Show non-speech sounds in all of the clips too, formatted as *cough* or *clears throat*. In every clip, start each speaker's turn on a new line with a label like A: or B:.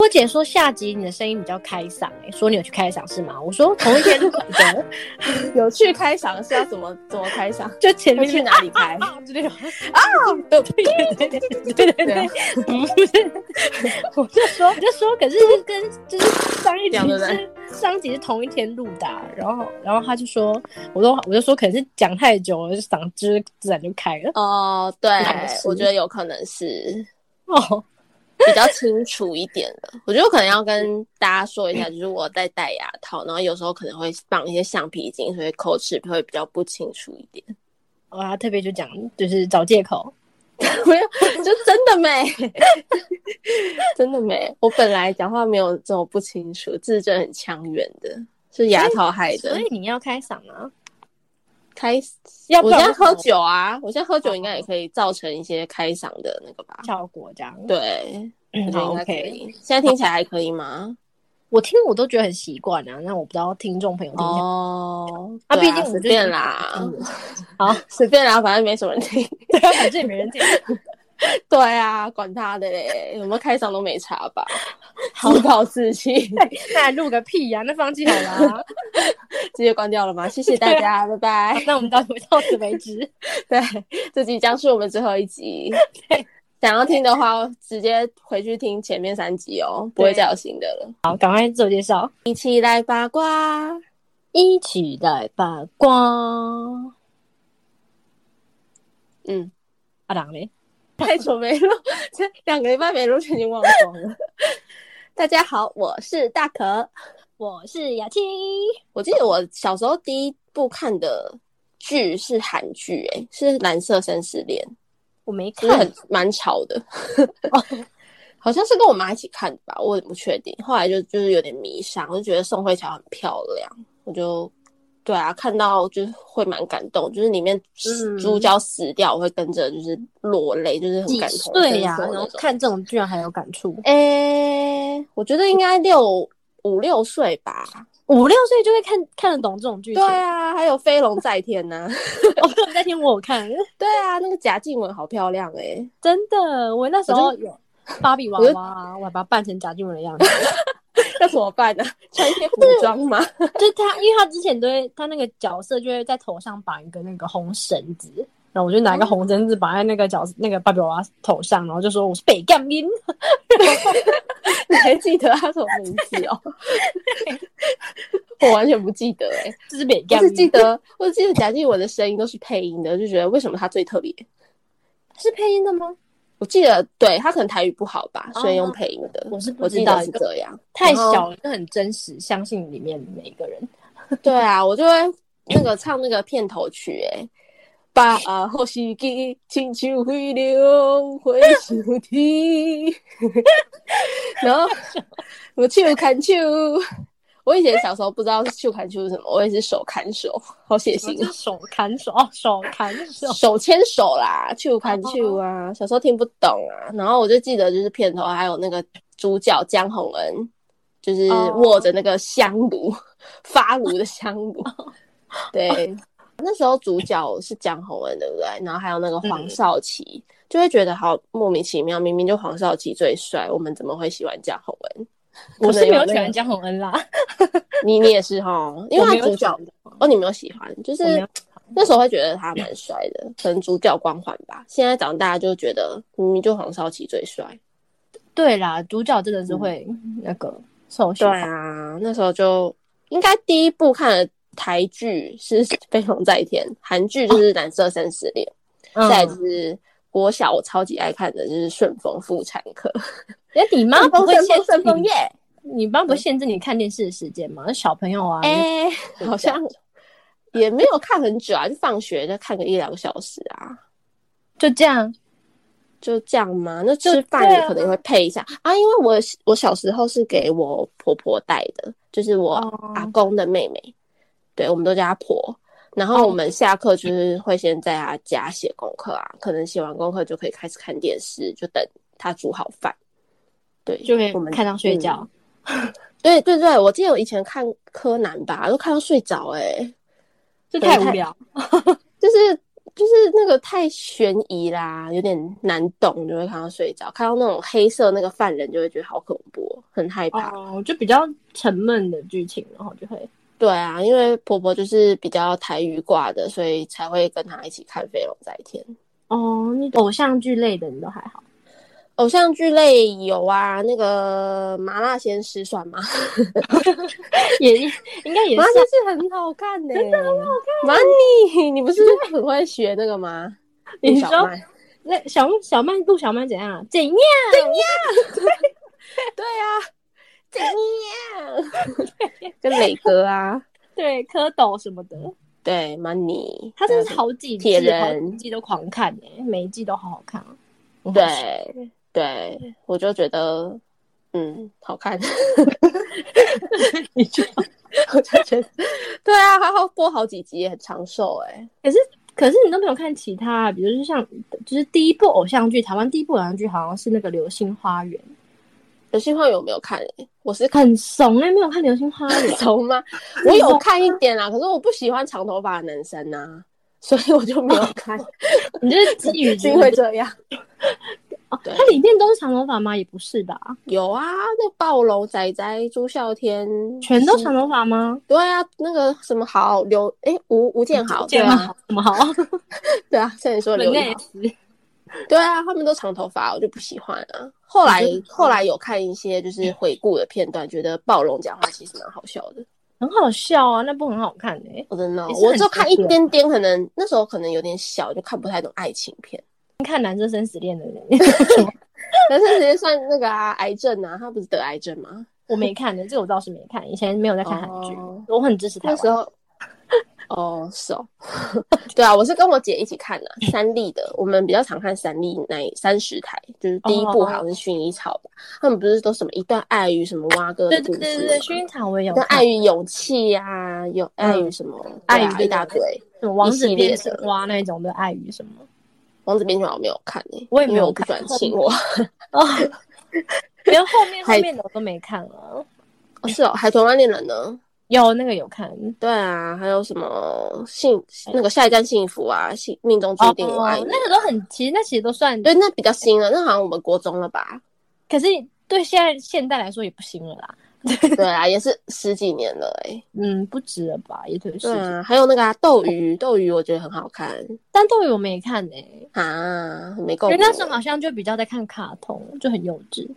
A: 我姐说下集你的声音比较开嗓、欸，哎，说你有去开嗓是吗？我说同一
B: *laughs*
A: 天就可能，
B: 有去开嗓是要怎么怎么开 *laughs* 嗓？
A: 就前
B: 会
A: 面
B: 去哪里开？
A: 啊之类的啊，对对对对对对
B: 啊
A: 对，不是， *laughs* 我就说我就说，可是跟就是上一集
B: 两个人
A: 是上一集是同一天录的啊、然后然后他就说，我都我就说可能是讲太久了，就嗓子自然就开了
B: 哦，对
A: 老师，
B: 我觉得有可能是
A: 哦，
B: 比较清楚一点的。我觉得我可能要跟大家说一 *laughs* 下，就是我在戴牙套，然后有时候可能会绑一些橡皮筋，所以口齿会比较不清楚一点。
A: 我还哦特别就讲就是找借口，
B: *laughs* 没有，就真的没， *laughs* 真的没。我本来讲话没有这么不清楚，字真的很腔圆的，是牙套害的
A: 所。以你要开嗓啊，
B: 开，
A: 要不
B: 我现
A: 然
B: 在喝
A: 我
B: 酒啊，我现在喝酒应该也可以造成一些开嗓的那个吧？
A: 效果这样，
B: 对，我
A: 嗯，
B: 觉得
A: 好
B: 应该可
A: ，OK。
B: 以。现在听起来还可以吗？
A: 我听我都觉得很习惯啊，那我不知道听众朋友听不听。
B: 哦，
A: 啊，
B: 对
A: 毕竟我
B: 随
A: 就是
B: 便啦， *laughs*
A: 嗯好，
B: 随便啦，反正没什么人听。
A: *laughs* 对啊，反正也没 *laughs* 人听。
B: 对啊，管他的 *laughs* 嘞，有没有开嗓都没差吧，自暴自弃， *laughs*
A: *laughs* 那还录个屁呀、那放弃好 *laughs* 了、啊。
B: 直接关掉了 *laughs* 吗？谢谢大家，拜拜。
A: 那我们到 *laughs* 到此为止。
B: 对，这集将是我们最后一集。想要听的话，直接回去听前面三集哦，不会再有新的了。
A: 好，赶快自我介绍，
B: 一起来八卦，
A: 一起来八卦。
B: 嗯，
A: 阿郎嘞，
B: 太久没录，这两个礼拜没录，全已经忘光了。 *laughs* 大家好，我是大可，
A: 我是雅青。
B: 我记得我小时候第一部看的剧是韩剧，诶，是《蓝色生死恋》，
A: 我没
B: 就是
A: 看哦
B: 很蛮吵的， *laughs* 好像是跟我妈一起看的吧，我也不确定。后来就就是有点迷上，我就觉得宋慧乔很漂亮，我就对啊，看到就是会蛮感动，就是里面
A: 嗯
B: 主角死掉，我会跟着就是落泪，就是很
A: 几
B: 感同身
A: 岁呀、
B: 受
A: 然
B: 那
A: 后
B: 种。
A: 看这种居然还有感触，
B: 诶、我觉得应该六五六岁吧。
A: 五六岁就会看看得懂这种剧
B: 对
A: 情。
B: 啊，还有《飞龙在天》呐、 *laughs*
A: 我不在听我有看，
B: 对啊，那个贾静雯好漂亮诶、
A: *laughs* 真的，我那时候有芭比娃
B: 我就
A: 娃啊，我还把它扮成贾静雯的样子。
B: 那怎么办呢、 *laughs* 穿一些服装吗？ *laughs*
A: *laughs* 就是他，因为他之前都会，他那个角色就会在头上绑一个那个红绳子，然后我就拿一个
B: 哦
A: 红绳子绑在那个角那个芭比娃娃头上，然后就说我是北干兵，
B: 你还记得他什么名字哦？ *laughs* 我完全不记得哎、
A: 这是北
B: 我
A: 干
B: 只
A: 兵，
B: 记得，我只记得贾静雯的声音都是配音的，就觉得为什么她最特别？
A: 是配音的吗？
B: 我记得，对她可能台语不好吧，所以用配音的。
A: 哦我是不
B: 我
A: 知
B: 记
A: 道
B: 得是这样。
A: 太小了，就很真实，相信里面每个人。
B: 对啊，我就会那个唱那个片头曲哎、把啊好时机，亲像飞流回想天。 *laughs* 然后我手砍手，我以前小时候不知道手砍手是什么，我也是手砍手，好血腥
A: 我
B: 啊
A: 是！ *laughs* 手砍手哦，手砍手，
B: 手牵手啦，手砍手
A: 哦
B: 啊，小时候听不懂啊。然后我就记得就是片头还有那个主角江宏恩，就是
A: 哦
B: 握着那个香炉，发炉的香炉。
A: 哦
B: 对，那时候主角是江宏恩，对不对？然后还有那个黄少祺，
A: 嗯
B: 就会觉得好莫名其妙，明明就黄少祺最帅，我们怎么会喜欢江宏恩？
A: 我是没有喜
B: 可能
A: 欢江宏恩啦，
B: 你，你也是哈， *laughs* 因为
A: 我没有
B: 他主角
A: 喜
B: 哦，你没有喜欢，就是
A: 我没有
B: 那时候会觉得他蛮帅的，可能主角光环吧。现在长大就觉得明明就黄少祺最帅。
A: 对啦，主角真的是会那个受喜
B: 嗯对
A: 欢，
B: 啊，那时候就应该第一部看的台剧是 *laughs* 《飞龙在天》，韩剧就是《蓝色生死恋》再来
A: 嗯，
B: 就是国小我超级爱看的就是《顺风妇产科》，
A: 哎，你妈
B: *laughs* 嗯
A: 不会限制你
B: 耶！
A: 你妈不限制你看电视的时间吗？小朋友啊，
B: 哎、
A: 对
B: 好像也没有看很久啊，就放学就看个一两个小时啊。
A: 就这样，
B: 就这样吗？那
A: 就
B: 吃饭
A: 对
B: 也
A: 啊
B: 可能会配一下啊因为我我小时候是给我婆婆带的，就是我
A: 哦
B: 阿公的妹妹对，我们都叫她婆。然
A: 哦
B: 后我们下课就是会先在她家写功课啊，可能写完功课就可以开始看电视，就等她煮好饭。对，
A: 就会
B: 我们嗯
A: 看到睡觉。
B: 对对对，我记得我以前看欸柯南吧，都看到睡着哎、
A: 这
B: 太无
A: 聊。
B: 就是就是那个太悬疑啦，有点难懂，就会看到睡着。看到那种黑色那个犯人，就会觉得好恐怖，很害怕。
A: 哦，就比较沉闷的剧情，然后就会
B: 对啊，因为婆婆就是比较台语挂的，所以才会跟她一起看《飞龙在天》。
A: 哦，你偶像剧类的你都还好，
B: 偶像剧类有啊，那个《麻辣鲜师》算吗？
A: 也应该也
B: 麻
A: 是
B: 辣鲜师很好看呢、真的很好看。妈咪，你不是很会学那个吗？
A: 你
B: 陆小
A: 说
B: 曼
A: 那小小曼陆小曼怎样啊？怎样？
B: 对啊，怎样？ *laughs* 跟磊哥啊，
A: 对，蝌蚪什么的，
B: 对 Money，
A: 他真是好几季
B: 铁人
A: 好几季都狂看哎、每一季都好好看啊。我好喜
B: 对对，我就觉得嗯好 *laughs* 看，
A: 欢你就
B: 我就觉得对啊，还好播好几集也很长寿哎、
A: *laughs* 可是你都没有看其他，比如说像就是第一部偶像剧，台湾第一部偶像剧好像是那个《流星花园
B: 流星花园我没有看、欸，我是》，看。
A: 很怂哎、没有看《流星花园》
B: 头吗？我有看一点啊啦，可是我不喜欢长头发的男生呐、所以我就没有看， *laughs*
A: 你 *laughs* 就是基于
B: 是因为这样。
A: 哦，
B: 对
A: 它里面都是长头发吗？也不是吧，
B: 有啊，那暴龙仔仔、朱孝天
A: 全都长头发吗？
B: 对啊，那个什么好刘哎吴吴建豪对啊
A: 好，怎
B: *laughs*
A: 么好？
B: 对啊，像你说的
A: 人
B: 刘
A: 类
B: 亦豪对啊，他们都长头发，我就不喜欢啊。后来
A: 我觉得
B: 后来有看一些就是回顾的片段，觉得暴龙讲话其实蛮好笑的。
A: 很好笑啊，那部很好看哎、
B: 我真的哦
A: 也是很
B: 我就看一
A: 经典
B: 点点，可能那时候可能有点小，就看不太懂爱情 *laughs* 片。
A: 看男生生死恋的人， *laughs*
B: 但是直接算那个啊，癌症啊，他不是得癌症吗？
A: 我没看欸的，这个我倒是没看，以前没有在看韩剧
B: 哦，
A: 我很支持台
B: 那
A: 湾。
B: 时 *laughs* 候，哦，是哦，对啊，我是跟我姐一起看的、三立的，我们比较常看三立那三十台，就是第一部好像是《薰衣草》吧，他们不是都什么一段爱与什么蛙哥
A: 对
B: 的
A: 对
B: 故
A: 对
B: 事
A: 对
B: 吗，
A: 对，薰衣草我也有
B: 跟
A: 看，嗯
B: 爱与勇气呀、有爱与什么，
A: 爱与
B: 对啊一大堆。
A: 什么王
B: 一
A: 子
B: 系列
A: 变
B: 的
A: 青蛙那种的爱与什么
B: 王子变青蛙我没有看诶、
A: 我也没有
B: 因为我不喜
A: 看
B: 欢青蛙。
A: *laughs* 哦，
B: *laughs*
A: 连后面后
B: 海
A: 面的我都没看了。
B: 哦，是哦，海豚湾恋人呢？
A: 有那个有看，
B: 对啊，还有什么幸那个下一站幸福啊，幸命中注定我爱你。
A: 哦那个都很，其实那其实都算，
B: 对，那比较新了，那好像我们国中了
A: *laughs*
B: 吧？
A: 可是对现在现代来说也不行了啦，
B: 对啊，也是十几年了哎、
A: 嗯，不值了吧，也对是
B: 对。啊，还有那个、啊、斗鱼，斗鱼我觉得很好看
A: 但斗鱼我没看诶、
B: 啊，很没
A: 因
B: 共
A: 为
B: 鸣。
A: 那时候好像就比较在看卡通，就很幼稚。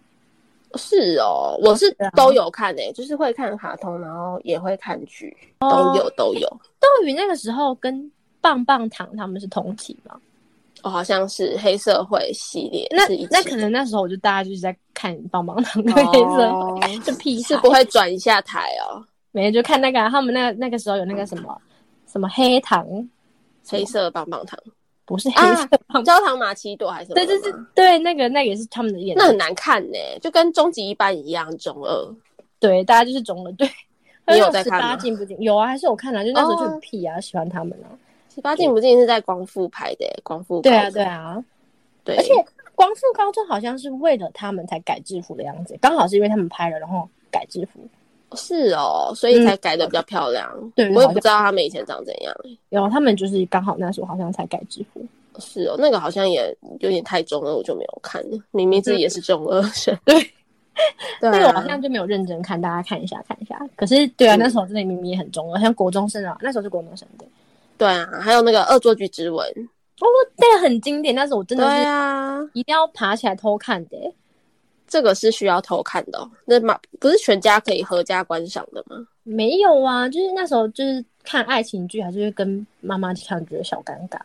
B: 是哦，我是
A: 对啊
B: 都有看诶、就是会看卡通，然后也会看剧，
A: 哦
B: 都有都有。
A: 斗鱼那个时候跟棒棒糖他们是同期嘛，
B: 哦，好像是黑社会系列，
A: 那
B: 是一起
A: 那可能那时候我就大家就是在看棒棒糖跟
B: 的
A: 黑色，
B: 哦 *laughs*
A: 就屁
B: 是
A: 孩
B: 不会转一下台哦，
A: 没就看那个啊、他们那那个时候有那个什么什么黑糖，
B: 黑色棒棒糖，
A: 不是黑
B: 啊
A: 色棒，
B: 焦糖玛奇朵还是什么
A: 对
B: 的吗？
A: 对对对，那个那个也是他们的演
B: 那很难看呢、就跟终极一班一样，中二。
A: 对，大家就是中了对。 *laughs*
B: 你有在
A: 十
B: 看
A: 八
B: 吗
A: 禁不禁？有啊，还是我看了、就那时候就
B: 哦
A: 很屁啊喜欢他们啊。
B: 十八禁不禁是在光复拍的、欸光复
A: 对
B: 高
A: 啊，
B: 中
A: 对啊。
B: 对，
A: 而且光复高中好像是为了他们才改制服的样子，刚好是因为他们拍了，然后改制服。
B: 是哦，所以才改的比较漂亮。
A: 嗯对
B: 我也不知道他们以前长怎样、
A: 然后他们就是刚好那时候好像才改制服。
B: 是哦，那个好像也有点太中二，我就没有看了。明明自己也是中二生，
A: 对，
B: *laughs* 对
A: 那个我好
B: 啊，
A: 像就没有认真看，大家看一下看一下。可是对啊，
B: 嗯
A: 那时候真的明明也很中二，像国中生啊，那时候是国中生的，
B: 对啊，还有那个《恶作剧之吻》，
A: 那个很经典，但是我真
B: 对
A: 的是
B: 啊，
A: 一定要爬起来偷看的欸、
B: 这个是需要偷看的、哦，那嘛不是全家可以合家观赏的吗？
A: 没有啊，就是那时候就是看爱情剧，还是会跟妈妈去看，觉得小尴尬。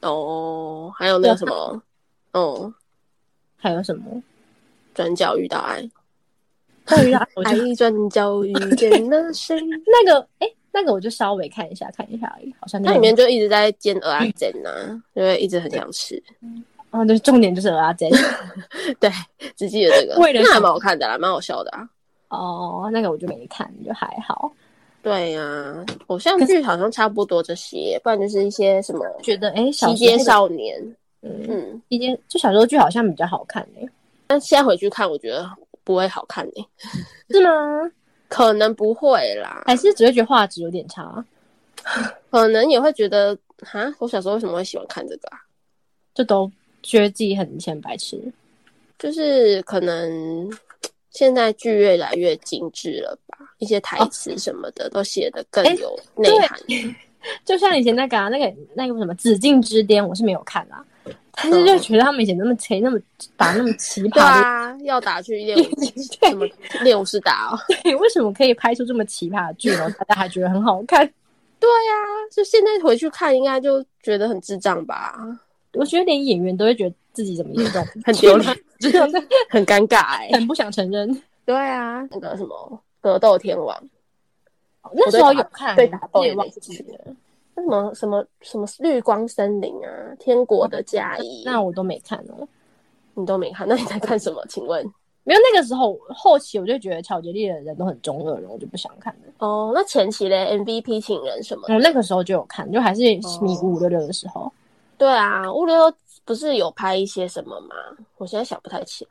B: 哦，还有那个什
A: 啊
B: 么，哦，
A: 还有什
B: *laughs*
A: 么？
B: 转角遇到爱，
A: 关于爱，啊我就
B: 爱转角遇见
A: *laughs*
B: 了谁？
A: 那个哎、那个我就稍微看一下看一下而已，好像
B: 那里面就一直在煎鹅啊煎啊，就会一直很想吃。
A: 啊，对，重点就是阿 J
B: 对，只记得这个，
A: 为了
B: 那
A: 什
B: 还
A: 么
B: 蛮好看的啦，蛮好笑的啊。
A: *laughs* 哦，那个我就没看，就还好。
B: 对呀、偶像剧好像差不多这些，不然就是一些什么
A: 觉得哎、小
B: 西
A: 时候
B: 街少年，
A: 嗯，
B: 嗯，
A: 西街就小时候剧好像比较好看哎、
B: 但现在回去看，我觉得不会好看诶、
A: 是吗？
B: 可能不会啦，
A: 还是只会觉得画质有点差？
B: 可能也会觉得哈，我小时候为什么会喜欢看这个啊？
A: 就都觉得自己很以前白痴。
B: 就是可能现在剧越来越精致了吧，一些台词什么的都写得更
A: 哎
B: 有内
A: 对
B: 涵。
A: 就像以前那个、啊、那个那个什么《紫禁之巅》，我是没有看啦，但是就觉得他们以前那么奇，那么打那么奇
B: 嗯对
A: 葩的
B: 啊，要打去练武什 *laughs* 么练武士打哦。
A: 剧， *laughs* 为什么可以拍出这么奇葩的剧，然后大家还觉得很好看？
B: 对啊，就现在回去看，应该就觉得很智障吧，
A: 我觉得连演员都会觉得自己怎么演这种
B: 很丢脸，
A: *laughs* 剧呢，真的
B: 很尴尬哎、
A: 很不想承认。
B: 对啊，那个什么格斗天王，
A: 那时候有看，
B: 对打斗
A: 也
B: 也
A: 忘
B: 忘
A: 记
B: 记
A: 了，
B: 了。那什么什么什么绿光森林啊，天国的嫁衣，
A: 那我都没看哦。
B: 你都没看，那你在看什么？请问？
A: 没有那个时候后期，我就觉得乔杰利的人都很中二了，我就不想看了。
B: 哦，那前期嘞 MVP 请人什么的？
A: 我那个时候就有看，就还是
B: 哦
A: 迷五六六的时候。
B: 对啊，物流不是有拍一些什么吗？我现在想不太起来。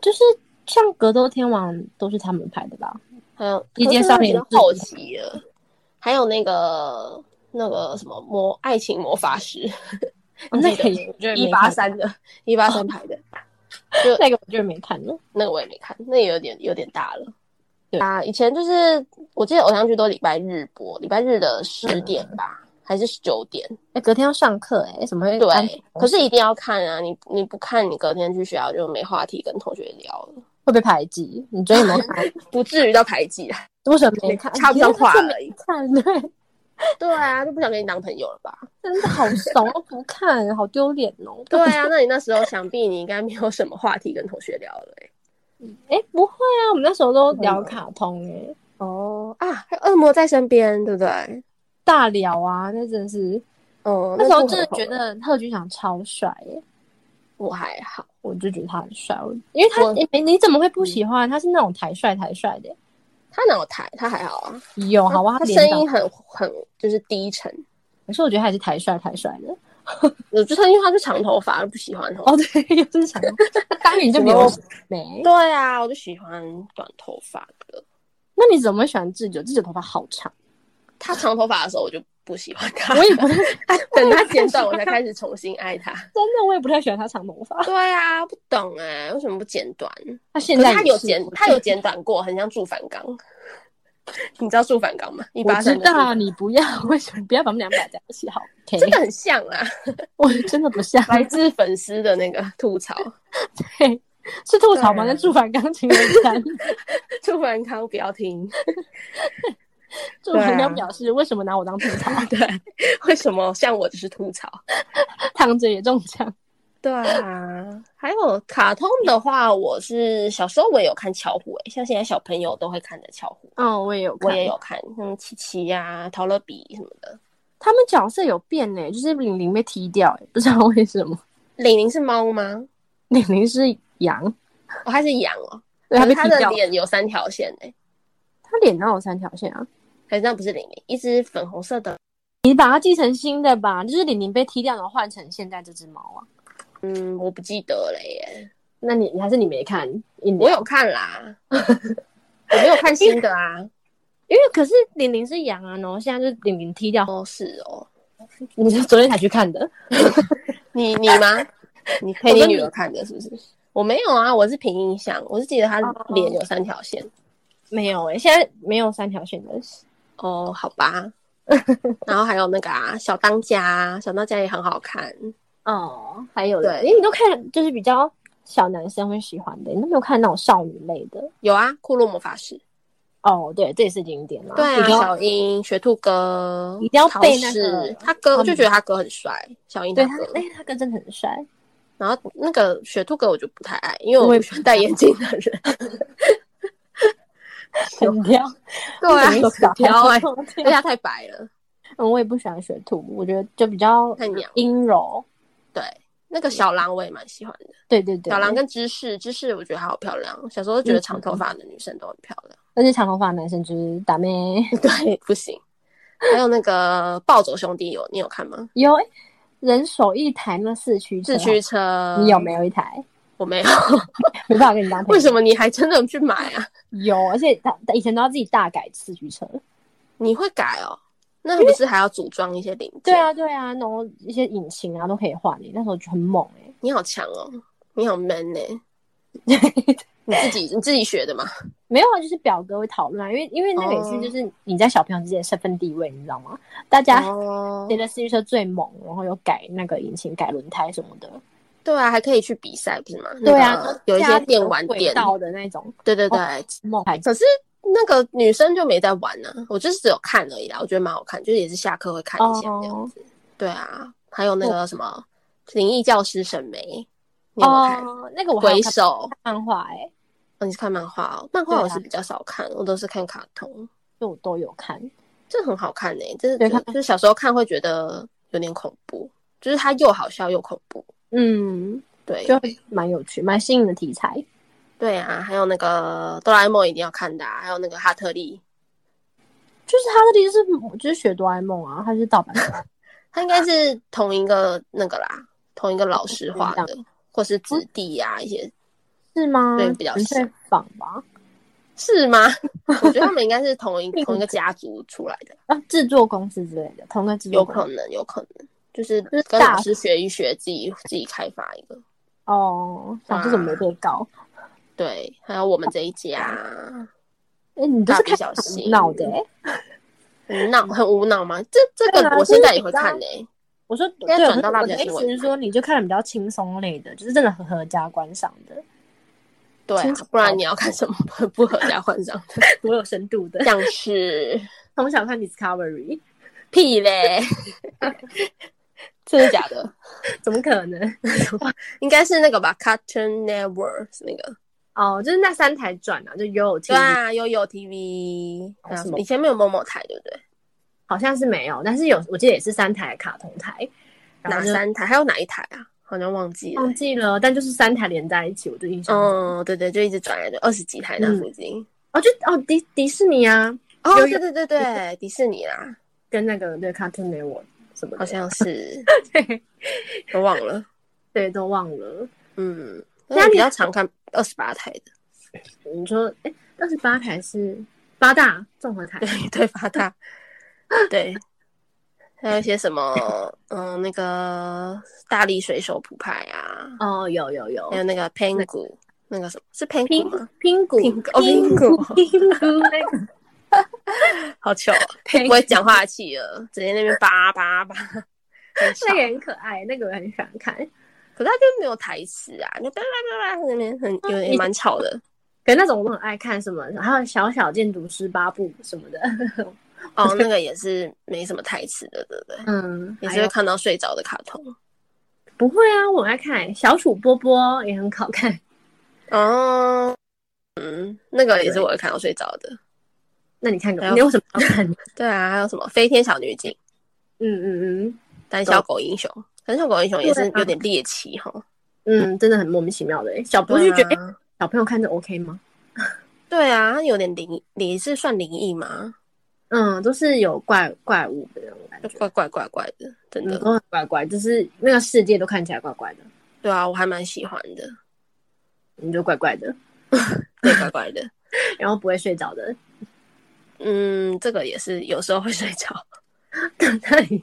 A: 就是像格斗天王都是他们拍的吧？
B: 还有
A: 一键少年
B: 可是那比较后期了，还有那个那个什么魔爱情魔法师，
A: 哦、那个也我觉得
B: 一
A: 没
B: 八
A: 看，
B: 三的，一八三拍的，
A: 那个我就没看了。
B: 那个我也没看，那也有点有点大了。
A: 对
B: 啊，以前就是我记得偶像剧都礼拜日播，礼拜日的十点吧，还是九点？
A: 哎、隔天要上课哎、怎么会安
B: 对，可是一定要看啊！你你不看，你隔天去学校就没话题跟同学聊了，
A: 会被排挤？你昨天有没有看？
B: 不至于到排挤啊。 *laughs*
A: 为什么没看？
B: 插不上话而已
A: 你真的是没看对，
B: 对啊，就不想跟你当朋友了吧？
A: 真的好怂，不看，好丢脸
B: *laughs*
A: 哦。
B: 对啊，那你那时候想必你应该没有什么话题跟同学聊了、欸。
A: 哎、不会啊，我们那时候都聊卡通哎、
B: 哦啊，还有恶魔在身边，对不对？
A: 大聊啊，那真的是
B: 哦，
A: 那时候
B: 部
A: 真的
B: 很红
A: 觉得贺军翔超帅哎、
B: 我还好，
A: 我就觉得他很帅，我因为他
B: 我
A: 哎、你怎么会不喜欢？他是那种台帅台帅的、
B: 他哪有台？他还好啊，
A: 有哦好吧？
B: 他
A: 脸
B: 声
A: 长
B: 音很很就是低沉。
A: 可是我觉得还是台帅台帅的。 *laughs*
B: 我就他，因为他是长头发，不喜欢头发。
A: 哦，对，又是长头发，当年就没有美。
B: 对啊，我就喜欢短头发的。
A: 那你怎么会喜欢智久？智久头发好
B: *laughs*
A: 长，
B: 他长头发的时候，我就不喜欢他。
A: 我也不太真
B: *laughs* 等他剪短，我才开始重新爱他。
A: 的我也不太喜欢他长头发。
B: 对啊，不懂哎、为什么不剪短？
A: 他现
B: 可是
A: 在
B: 他
A: 也
B: 有
A: 是
B: 剪，他有剪短过，很像祝反刚。 *laughs* 你知道祝反刚吗？一
A: 我
B: 八
A: 知
B: 三
A: 道啊你不要，为什么不要把我们俩摆在一起？好，OK，
B: 真的很像 *laughs* 啊，
A: 我真的不像，
B: 来自粉丝的那个吐槽。
A: 对，是吐槽吗？
B: 对啊
A: 跟祝反刚情人 *laughs* 三，
B: *laughs* 祝反刚不要听，
A: 祝反刚表示为什么拿我当吐槽？
B: *laughs*
A: *laughs*
B: 对，为什么像我就是吐槽？
A: 躺着也中枪。
B: 对啊，还有卡通的话，我是小时候我也有看巧虎、欸，像现在小朋友都会看的巧虎，
A: 嗯，我也有，
B: 我也。有看，像琪琪呀、陶乐比什么的。
A: 他们角色有变呢，就是玲玲被踢掉，欸不知道为什么。
B: 玲玲是猫吗？
A: 玲玲是羊，
B: 哦，它是羊哦，
A: 对，她被
B: 可是
A: 踢
B: 它的
A: 掉。
B: 脸有三条线诶、
A: 她脸哪有三条线啊？
B: 可是那不是玲玲，一只粉红色的，
A: 你把它继承新的吧，就是玲玲被踢掉，然后换成现在这只猫啊。
B: 嗯，我不记得了耶，
A: 那你你还是你没看？因
B: 我
A: 为
B: 有看啦，我没有看新的啊，
A: 因为可是玲玲是羊啊，然后现在就玲玲踢掉，
B: 哦是哦，
A: 你是昨天才去看的，
B: 你你吗？ *laughs* 你陪你女儿看的是不是？我没有啊，我是凭印象，我是记得她
A: 哦
B: 脸有三条线。
A: 没有哎、现在没有三条线的。
B: 哦，好吧。 *laughs* 然后还有那个啊，小当家啊，小当家也很好看。
A: 哦，还有
B: 对
A: 嘞，因为你都看就是比较小男生会喜欢的，你都没有看那种少女类的。
B: 有啊，库洛魔法师。
A: 哦，对，这也是经典嘛。
B: 对
A: 一
B: 啊，
A: 定要
B: 小樱、学兔哥，
A: 一定要
B: 桃
A: 背那个
B: 矢他哥，
A: 他
B: 我
A: 们
B: 就觉得他哥很帅，小樱
A: 对
B: 他
A: 他，
B: 哥
A: 哎。、他哥真的很
B: *laughs*
A: 帅。
B: 然后那个雪兔哥我就不太爱，因为我
A: 我也
B: 不喜欢戴眼
A: *laughs*
B: 镜的 *laughs* 人。
A: 很撩，
B: 对
A: *laughs*
B: 啊，很
A: 撩
B: 挑 *laughs* 哎，而且
A: 对啊，
B: 他太白了。
A: 嗯，我也不喜欢学兔，我觉得就比较
B: 太娘
A: 阴柔。
B: 对，那个小狼我也蛮喜欢的。
A: 对对对，嗯
B: 小狼跟芝士，芝士我觉得她好漂亮。小时候觉得长头发的女生都很漂亮。 *laughs*
A: 而且长头发的男生就是打妹。
B: 对，不行。还有那个暴走兄弟有你有看吗？
A: 有诶人手一台那四驱车，
B: 四驱车
A: 哦你有没有一台？ *laughs*
B: 我没有， *laughs*
A: 没办法跟你当朋友。
B: 为什么你还真的去买啊？
A: 有？而且他他以前都要自己大改四驱车，
B: 你会改哦？那不是还要组装一些零件？
A: 对，啊，对啊，然后一些引擎啊都可以换诶、那时候就很猛欸诶、
B: 你好强哦，你好 man 呢、
A: *laughs*
B: 你自己你自己学的嘛？
A: 没有啊，就是表哥会讨论啊，因为因为那个也是
B: 哦
A: 就是你在小朋友之间的身份地位，你知道吗？大家
B: 哦
A: 谁，的四驱车最猛，然后有改那个引擎、改轮胎什么的。
B: 对啊，还可以去比赛，不是吗？
A: 对啊
B: 那个，嗯有一些电玩
A: 轨
B: 店，
A: 道哦的那种
B: 对对对。
A: 梦，
B: 可是那个女生就没在玩呢、我就是只有看而已啦，我觉得蛮好看，就是也是下课会看一下这样
A: 哦
B: 子。对啊，还有那个什么《灵异教师》沈眉，你有没有看？
A: 哦，那个我还
B: 鬼
A: 有看
B: 手，
A: 漫画哎、
B: 哦，你是看漫画哦？漫画
A: 对啊
B: 我是比较少看，我都是看卡通。
A: 就我都有看。
B: 这很好看呢、欸，真
A: 对
B: 的
A: 看
B: 就是小时候看会觉得有点恐怖，就是它又好笑又恐怖。
A: 嗯，
B: 对，
A: 就蛮有趣，蛮新颖的题材。
B: 对啊，还有那个哆啦 A 梦一定要看的啊、还有那个哈特利，
A: 就是他的题就是就是学哆啦 A 梦啊，他是盗版
B: *laughs*
A: 的。
B: 他应该是同一个那个啦，同一个老师画
A: 嗯
B: 的，或是子弟呀、一些
A: 是吗？
B: 对比较
A: 纯粹
B: 像
A: 仿吧。
B: 是吗？我觉得他们应该是
A: *laughs*
B: 同一
A: 嗯
B: 同一个家族出来的，
A: 啊，制作公司之类的，同个制
B: 有
A: 作公
B: 可
A: 司
B: 能，有可能。就是
A: 是
B: 跟
A: 大
B: 老师学一学，自己自己开发一个。
A: 哦。想这怎么没被告？
B: 对，还有我们这一家，
A: 哎、你都是
B: 蜡笔
A: 看
B: 小新
A: 闹的、欸。
B: 很闹，很无脑吗？这这
A: 对
B: 个
A: 啊
B: 我现在也会
A: 就是比较
B: 看呢、
A: 我说
B: 该
A: 对，我
B: 转到
A: 说
B: 蜡
A: 我
B: 笔
A: 的
B: 小
A: 意
B: 新
A: 思
B: 文
A: 是说，你就看比较轻松类的，就是真的很合家观赏的，
B: 对啊
A: 清楚，哦
B: 不然你要看什么不合家欢上
A: *laughs*
B: 的？
A: 多有深度的。 *laughs*
B: 像是
A: 从小看 Discovery，*laughs*
B: 屁嘞，真的假的？
A: 怎么可能？
B: 应该是那个吧，Cartoon Network 那个。
A: 哦，就是那三台转啊，就 YoTV，、
B: 对啊，悠悠 TV，还有
A: 什
B: 什
A: 么
B: 么？啊以前没有某某台，对不对？
A: 好像是没有，但是有，我记得也是三台的卡通台，然
B: 哪
A: 后就
B: 三台？还有哪一台啊？好像忘记了
A: 忘。记了，但就是三台连在一起，我就印象中。
B: 嗯，对对，就一直转来转，二十几台那附近。
A: 哦，就哦迪迪士尼啊，
B: 嗯哦，
A: 悠
B: 对
A: 悠
B: 对对对，迪士尼啦，
A: 跟那个对 Cartoon Network 什么的，
B: 好像 *laughs* 是，
A: 对
B: 我忘了。
A: 对都忘了。
B: 嗯，
A: 那你
B: 那比较常看二十八台的， *laughs*
A: 你说，哎，二十八台是八大综合台，
B: 对对，发 *laughs* 大，对，还有一些什么，嗯、那个大力水手普派啊，
A: 哦，有有有
B: 还，有那个 p a n g u 那个什么是 p a n g
A: 拼
B: u 吗？
A: 拼谷
B: 拼哦
A: 拼
B: 拼
A: 谷
B: 谷 *laughs*
A: 拼谷那个
B: 好
A: *laughs*
B: 糗、啊，
A: 拼
B: 不会讲话的企鹅，直接那边叭叭叭，很吵
A: 那个很可爱，那个我很喜欢看。
B: 可是他就没有台词啊，就叭叭叭叭那边很
A: 嗯
B: 有点蛮吵
A: *laughs*
B: 的。
A: 可是那种我都很爱看什么，还有小小建筑师八部什么的，
B: 哦，那个也是没什么台词的，对不对？
A: 嗯，
B: 也
A: 还
B: 是会
A: 有
B: 看到睡着的卡通。
A: 不会啊，我爱看小楚波波也很好看，
B: 哦，嗯，那个也是我会看到睡着的。
A: 那你看
B: 还
A: 个，
B: 有
A: 你为什么要看？
B: 对啊，还有什么飞天小女警、
A: 嗯嗯
B: 胆小狗英雄？胆小狗英雄也
A: 对
B: 是
A: 啊
B: 有点猎奇哈。
A: 嗯嗯，真的很莫名其妙的。欸小不
B: 对
A: 就
B: 啊
A: 觉得、欸小朋友看着 OK 吗？
B: 对啊，它有点灵，也是算灵异嘛，
A: 嗯，都是有怪怪物的那种感
B: 就
A: 觉，
B: 怪怪怪怪的，真
A: 嗯，
B: 的。
A: 都很怪怪，就是那个世界都看起来怪怪的，
B: 对啊，我还蛮喜欢的，
A: 你就怪怪的，
B: 对，怪怪的。
A: 然后不会睡着的。 *laughs*
B: 嗯，这个也是有时候会
A: *laughs*
B: 睡着。
A: 那你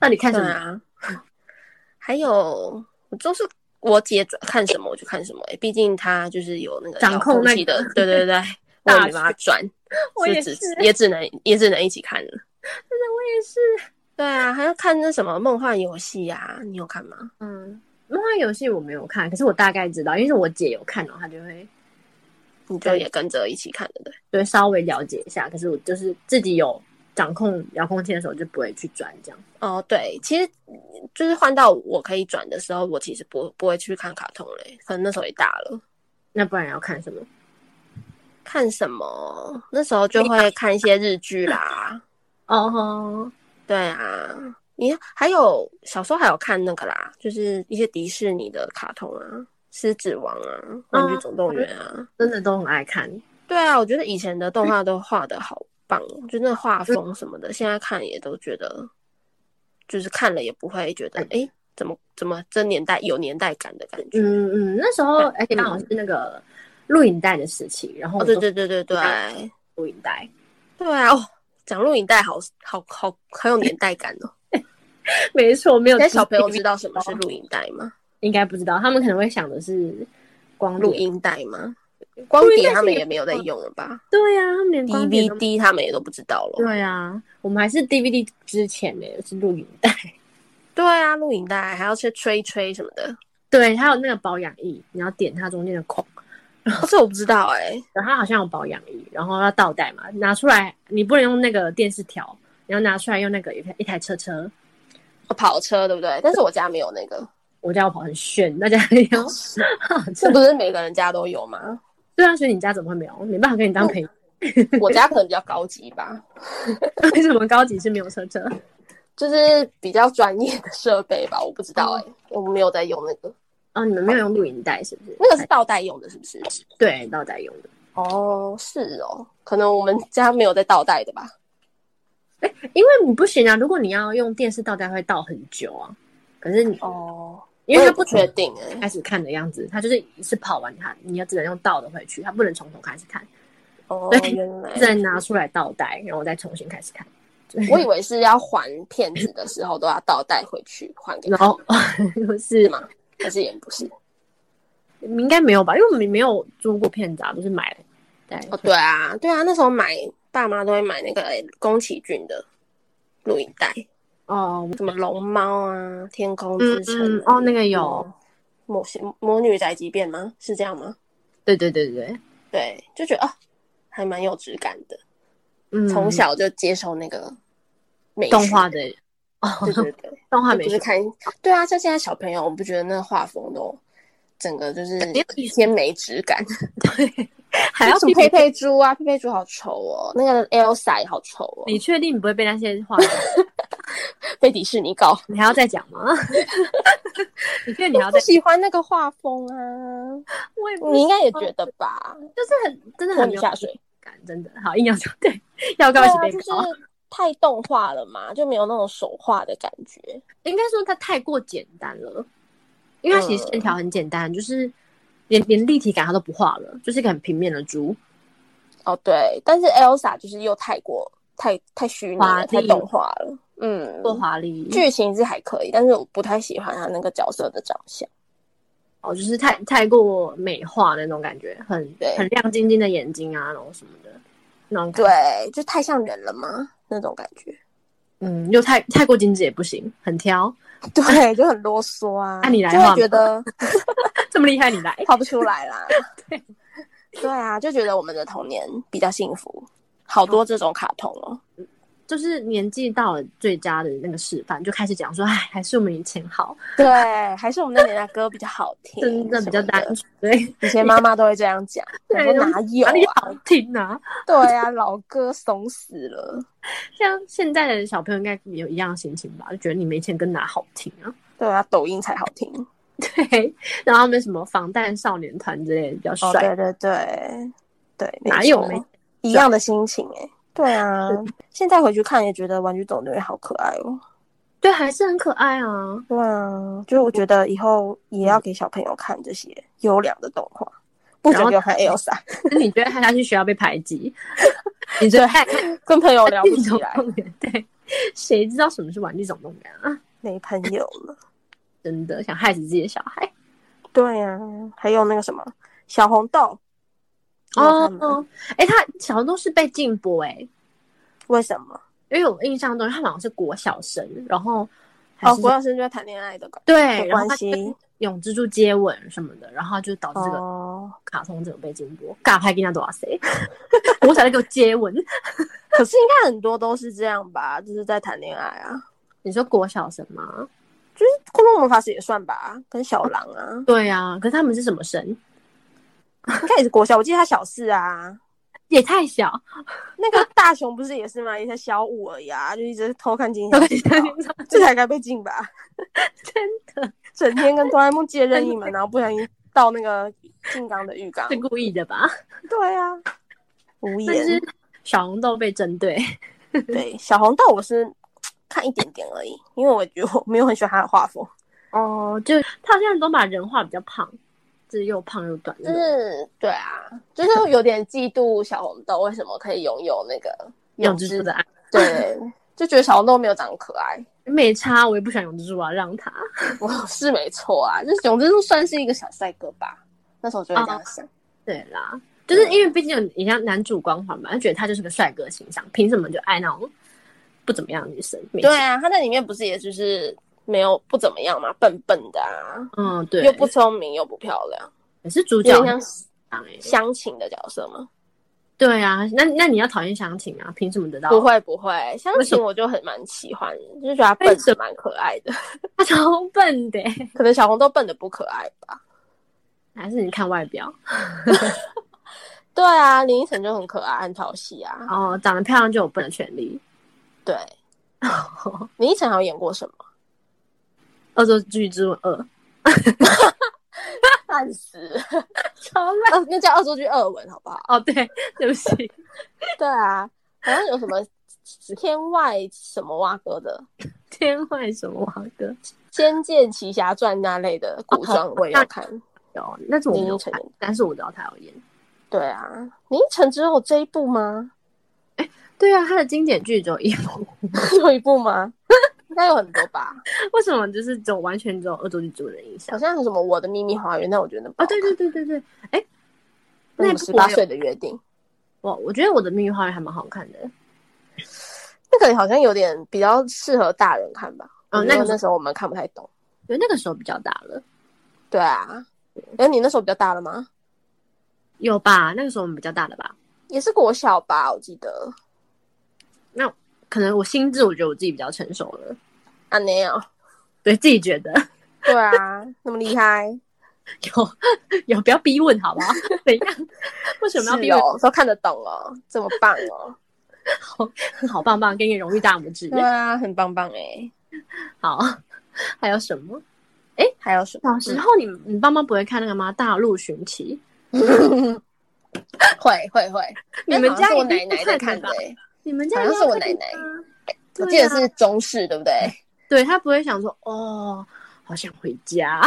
A: 那你看什
B: 对
A: 么？
B: 啊，还有我就是我姐转看什么我就看什么、欸，毕竟她就是有那个
A: 掌控那个
B: 遥控器的，对
A: *laughs*
B: 对对，我也没办法转，
A: 我也
B: 所以只
A: 是
B: 也只能也只能一起看
A: *laughs*
B: 了。
A: 也是，
B: 对啊，还要看那什么梦幻游戏啊，你有看吗？
A: 嗯，梦幻游戏我没有看，可是我大概知道，因为是我姐有看，哦然后她就会
B: 你就也跟着一起看的，对。
A: 就会稍微了解一下。可是我就是自己有掌控遥控器的时候，就不会去转这样。
B: 哦，对，其实就是换到我可以转的时候，我其实不不会去看卡通嘞，可能那时候也大了。
A: 那不然要看什么？
B: 看什么？那时候就会看一些日剧
A: *laughs*
B: 啦，
A: 哦吼，
B: 对啊，你还有小时候还有看那个啦，就是一些迪士尼的卡通啊，《狮子王》啊，《玩
A: 嗯
B: 具总动员》啊。
A: 真的都很爱看。
B: 对啊，我觉得以前的动画都画的好棒哦，就那画风什么的，现在看也都觉得，就是看了也不会觉得，哎，怎么怎么这年代有年代感的感觉。
A: 嗯嗯，那时候而且
B: 嗯
A: 刚好是那个录影带的时期，然后
B: 哦，
A: 我
B: 对
A: 都
B: 对对对对
A: 录影带， *laughs*
B: 对啊，哦，讲录影带好好好很有年代感哦。
A: 没错，没有
B: 现在小朋友知道什么是录影带吗？
A: 应该不知道，他们可能会想的是光碟
B: 录。音带吗？光碟他们也没有在用了吧
A: 对呀、啊，他们连光碟都
B: ？DVD 他们也都不知道了。
A: 对呀、啊，我们还是 DVD 之前呢、是录影带。
B: 对啊，录影带还要去吹吹什么的，
A: *laughs* 对，还有那个保养液，你要点它中间的孔，
B: *laughs* 哦这我不知道哎、
A: 然后它好像有保养液，然后要倒带嘛，拿出来你不能用那个电视条，你要拿出来用那个一台一台车车。
B: 哦跑车对不 *laughs* 对？但是我家没有那个，
A: 我家我跑很炫，大家也
B: 哦
A: 要
B: 这不是每个人家都有 *laughs* 吗？
A: *laughs* 对啊，所以你家怎么会没有？没办法跟你当朋友，
B: 我家可能比较高级吧，
A: *laughs*
B: 哦
A: 为什么高级是没有车车？
B: 就是比较专业的设备吧，我不知道哎、我没有在用那个，
A: 哦，你们没有用录影带是不是？
B: 那个是倒带用的，是不是？
A: 对倒带用的。
B: 哦，是哦，可能我们家没有在倒带的吧。
A: 因为你不行啊，如果你要用电视倒带会倒很久啊。可是你，
B: 哦，
A: 因为
B: 我也
A: 它
B: 不
A: 不
B: 确
A: 全
B: 定哎、
A: 开始看的样子，它就是一次跑完它，你要只能用倒的回去，它不能从头开始看，
B: 哦，
A: *laughs* 对啊
B: 原来
A: 只能拿出来倒带，然后再重新开始看。
B: 我以为是要还骗子的时候都要倒带回去还给
A: 然
B: 他，
A: 后 *laughs* 就是
B: 是吗？可是也不是。
A: 应该没有吧，因为我们没有租过片子啊，都是买的。对，
B: 哦，对啊，对啊，那时候买爸妈都会买那个诶宫崎骏的录影带，
A: 哦，
B: 什么龙猫啊、天空
A: 嗯
B: 之城、
A: 嗯，哦，那个有，
B: 魔魔魔女宅急便吗？是这样吗？
A: 对对对对，
B: 对，就觉得啊，还蛮有质感的。
A: 嗯，
B: 从小就接受那个美
A: 动
B: 学
A: 画，的哦，
B: 对对对，
A: 动画
B: 就
A: 美
B: 不是
A: 术，
B: 看，对啊，像现在小朋友，我不觉得那画风都整个就是
A: 感觉有艺术
B: 天没质感，
A: *laughs* 还
B: *laughs*
A: 要
B: 什么
A: 配
B: 佩佩猪啊，佩佩猪好丑哦，那个 Elsa 也好丑哦，
A: 你确定你不会被那些画？
B: 被迪士尼搞，
A: 你还要再讲吗？ *laughs* 你确定你还要
B: 不
A: 再？
B: 喜欢那个画风啊， *laughs*
A: 我也不
B: 你应该也
A: 喜欢
B: 觉得吧？
A: 就是很真的
B: 拖
A: 很
B: 你
A: 没有
B: 下水，
A: 感，真的好硬要讲， *laughs* 对，要告
B: 对
A: 一起
B: 啊，
A: 被
B: 就是
A: 告。
B: 太动画了嘛，就没有那种手画的感觉。
A: 应该说它太过简单了，因为它其实线条很简单，就是连连立体感它都不画了，就是一个很平面的猪。
B: 哦，对，但是 Elsa 就是又太过太太虚拟
A: 华
B: 了，太
A: 丽
B: 动画了，嗯，
A: 多华丽，
B: 剧情是还可以，但是我不太喜欢他那个角色的长相。
A: 哦，就是太太过美化那种感觉，很
B: 对
A: 很亮晶晶的眼睛啊，然后什么的，那种感觉，
B: 对，就太像人了嘛，那种感觉。 *laughs*
A: 嗯，又太太过精致也不行，很挑， *laughs*
B: 对，就很啰嗦啊，
A: 那你来
B: 就
A: 画吧
B: 会
A: *laughs*
B: 觉得
A: 这么厉害你 *laughs* 来，
B: 画不出来啦。对，对啊，就觉得我们的童年比较幸福，好多这种卡通哦。
A: 就是年纪到了最佳的那个示范，就开始讲说，哎，还是我们以前好，
B: 对，还是我们那年代歌比较好听，
A: 真的比较单
B: 单。
A: 纯， *laughs* 对，
B: 以前妈妈都会这样讲，我
A: 对
B: 说哪有
A: 哪里
B: 啊？
A: 好听啊？
B: 对啊，老歌怂死了。
A: 像现在的小朋友应该也有一样的心情吧，就觉得你没钱跟哪好听啊？ *laughs*
B: 对啊，抖音才好听。
A: 对，然后他们什么防弹少年团之类的比较帅，
B: 哦，对对对对，没
A: 哪有
B: 错
A: 没
B: 一样的心情哎、对啊，现在回去看也觉得《玩具总动员》好可爱哦。
A: 对，还是很可爱啊。
B: 对啊，就是我觉得以后也要给小朋友看这些优良的动画，
A: 嗯
B: 不
A: 然
B: 准
A: 后
B: 给我
A: *laughs*
B: 看 Elsa，
A: 那你觉得他去学校被排挤？
B: *laughs*
A: 你觉得太
B: 跟朋友聊
A: *laughs*
B: 不
A: 玩具
B: 起
A: 总
B: 来，
A: 动员？对，谁知道什么是玩具总动员啊？
B: 没朋友了。
A: 真的想害死自己的小孩
B: 对啊，还有那个什么小红豆，你有看吗，
A: 哦！哎、他小时候是被禁播哎、
B: 为什么？
A: 因为我印象中他好像是国小生，然后还
B: 哦，
A: 是、哦
B: 国小生就在谈恋爱的感
A: 对，
B: 有
A: 然后
B: 关
A: 他就
B: 系
A: 跟永蜘蛛接吻什么的，然后就导致
B: 觉
A: 这个
B: 哦，
A: 卡通整个被禁播，尬拍跟他多少谁？ *laughs* 我想在给我接吻。
B: 可是应该很多都是这样吧，就是在谈恋爱啊。
A: 你说国小生吗？
B: 就是《骷髅魔法使》也算吧，跟小狼啊，
A: 对啊，可是他们是什么神？
B: 应该也是国小，我记得他小四啊。
A: 也太小，
B: 那个大雄不是也是吗？也才小五而已啊，就一直偷看金
A: 我
B: 小
A: 跟你
B: 姐
A: 讲，你知道
B: 这才该被禁 *laughs* 吧？
A: 真的
B: 整天跟哆啦 A 梦借任意门，然后不小心到那个静冈的浴缸。
A: 是故意的吧？
B: 对啊，无
A: 但是
B: 言。
A: 小红豆被针对，
B: 对，小红豆我是看一点点而已，因为我觉得我没有很喜欢他的画风，嗯
A: 哦，就他好像都把人画比较胖，就是又胖又短那
B: 就
A: 种。
B: 是对啊，就是有点嫉妒小红豆为什么可以拥有那个
A: 永之助的爱，
B: 对，就觉得小红豆没有长得可爱，
A: 没差，我也不喜欢永之助啊，让他。
B: 我是没错啊，就是总之就算是一个小帅哥吧。那时候我就会这样
A: 哦
B: 想，
A: 对啦，就是因为毕竟有你像男主光环嘛，他觉得他就是个帅哥形象，凭什么就爱那种不怎么样的女生？没
B: 对
A: 差，
B: 啊，他在里面不是也就是没有不怎么样嘛，笨笨的啊，
A: 嗯，对，
B: 又不聪明又不漂亮，
A: 也是主
B: 有
A: 角
B: 点
A: 很
B: 像
A: 强欸
B: 乡情的角色吗？
A: 对啊，那那你要讨厌详情啊，凭什么得到？
B: 不，会不会，乡
A: 为什
B: 情
A: 么
B: 我就很蛮喜欢的，就是觉得他
A: 为
B: 笨
A: 什
B: 是蛮可爱的，
A: 他超笨的欸、
B: 可能小红豆笨的不可爱吧。
A: 还是你看外表
B: 对啊，林依晨就很可爱，很讨喜啊。
A: 哦，长得漂亮就有笨的权利。 *laughs*
B: 对，林依晨还有演过什么？
A: 恶作剧之吻二，
B: 烂死，
A: 超烂
B: 呃那叫恶作剧二文好不好？
A: 哦！对，对不起，
B: 对啊，好像有什么天外什么蛙哥的《
A: 天外什么王哥
B: 仙剑奇侠传》那类的
A: 哦
B: 古装，我也有看。
A: 有，哦那是我没有
B: 林依晨
A: 看，但是我知道他有演。
B: 对啊，林依晨只有这一部吗？ *laughs*
A: 对啊，他的经典剧只有一部，
B: 有一部吗？应该有很多吧，
A: 为什么就是只有完全只有恶作剧之吻的印象
B: 好？像有什么《我的秘密花园》，但我觉得
A: 哦，对对对对对，哎、那
B: 那
A: 部
B: 十
A: 我
B: 八
A: 有
B: 岁的约定，
A: 我我觉得我的命运花园还蛮好看的。
B: 那个好像有点比较适合大人看吧。
A: 哦
B: 我觉得
A: 那个是
B: 那时候我们看不太懂。
A: 对，那个时候比较大了，
B: 对啊，哎，你那时候比较大了吗？
A: 有吧？那个时候我们比较大了吧？
B: 也是国小吧，我记得。
A: 可能我心智，我觉得我自己比较成熟了，
B: 啊，没有。
A: 对自己觉得
B: 对啊，那么厉害。
A: 有 *laughs* 有不要逼问好不 *laughs* 好？怎样？为什么要
B: 是
A: 逼问？
B: 哦？都看得懂哦，这么棒
A: *laughs*
B: 哦！
A: 好棒棒，给你荣誉大拇指。
B: 对啊，很棒棒哎、
A: 欸好， *laughs* 还有什么？嗯
B: 还有什
A: 小
B: 么？
A: 时候你们你爸妈不会看那个吗？《大陆寻奇
B: 会会会，》，
A: 你们
B: 好像
A: 家
B: 是我
A: 一定
B: 奶奶
A: 会
B: 在
A: 看
B: 看
A: 的
B: 的
A: 吧？
B: 欸、
A: 你们家
B: 好像
A: 一定
B: 是
A: 会
B: 我
A: 看
B: 奶
A: 的啊
B: 我
A: 对
B: 记得
A: 啊
B: 是中式，对不对？
A: 对他不会想说哦，好想回 *laughs* 家。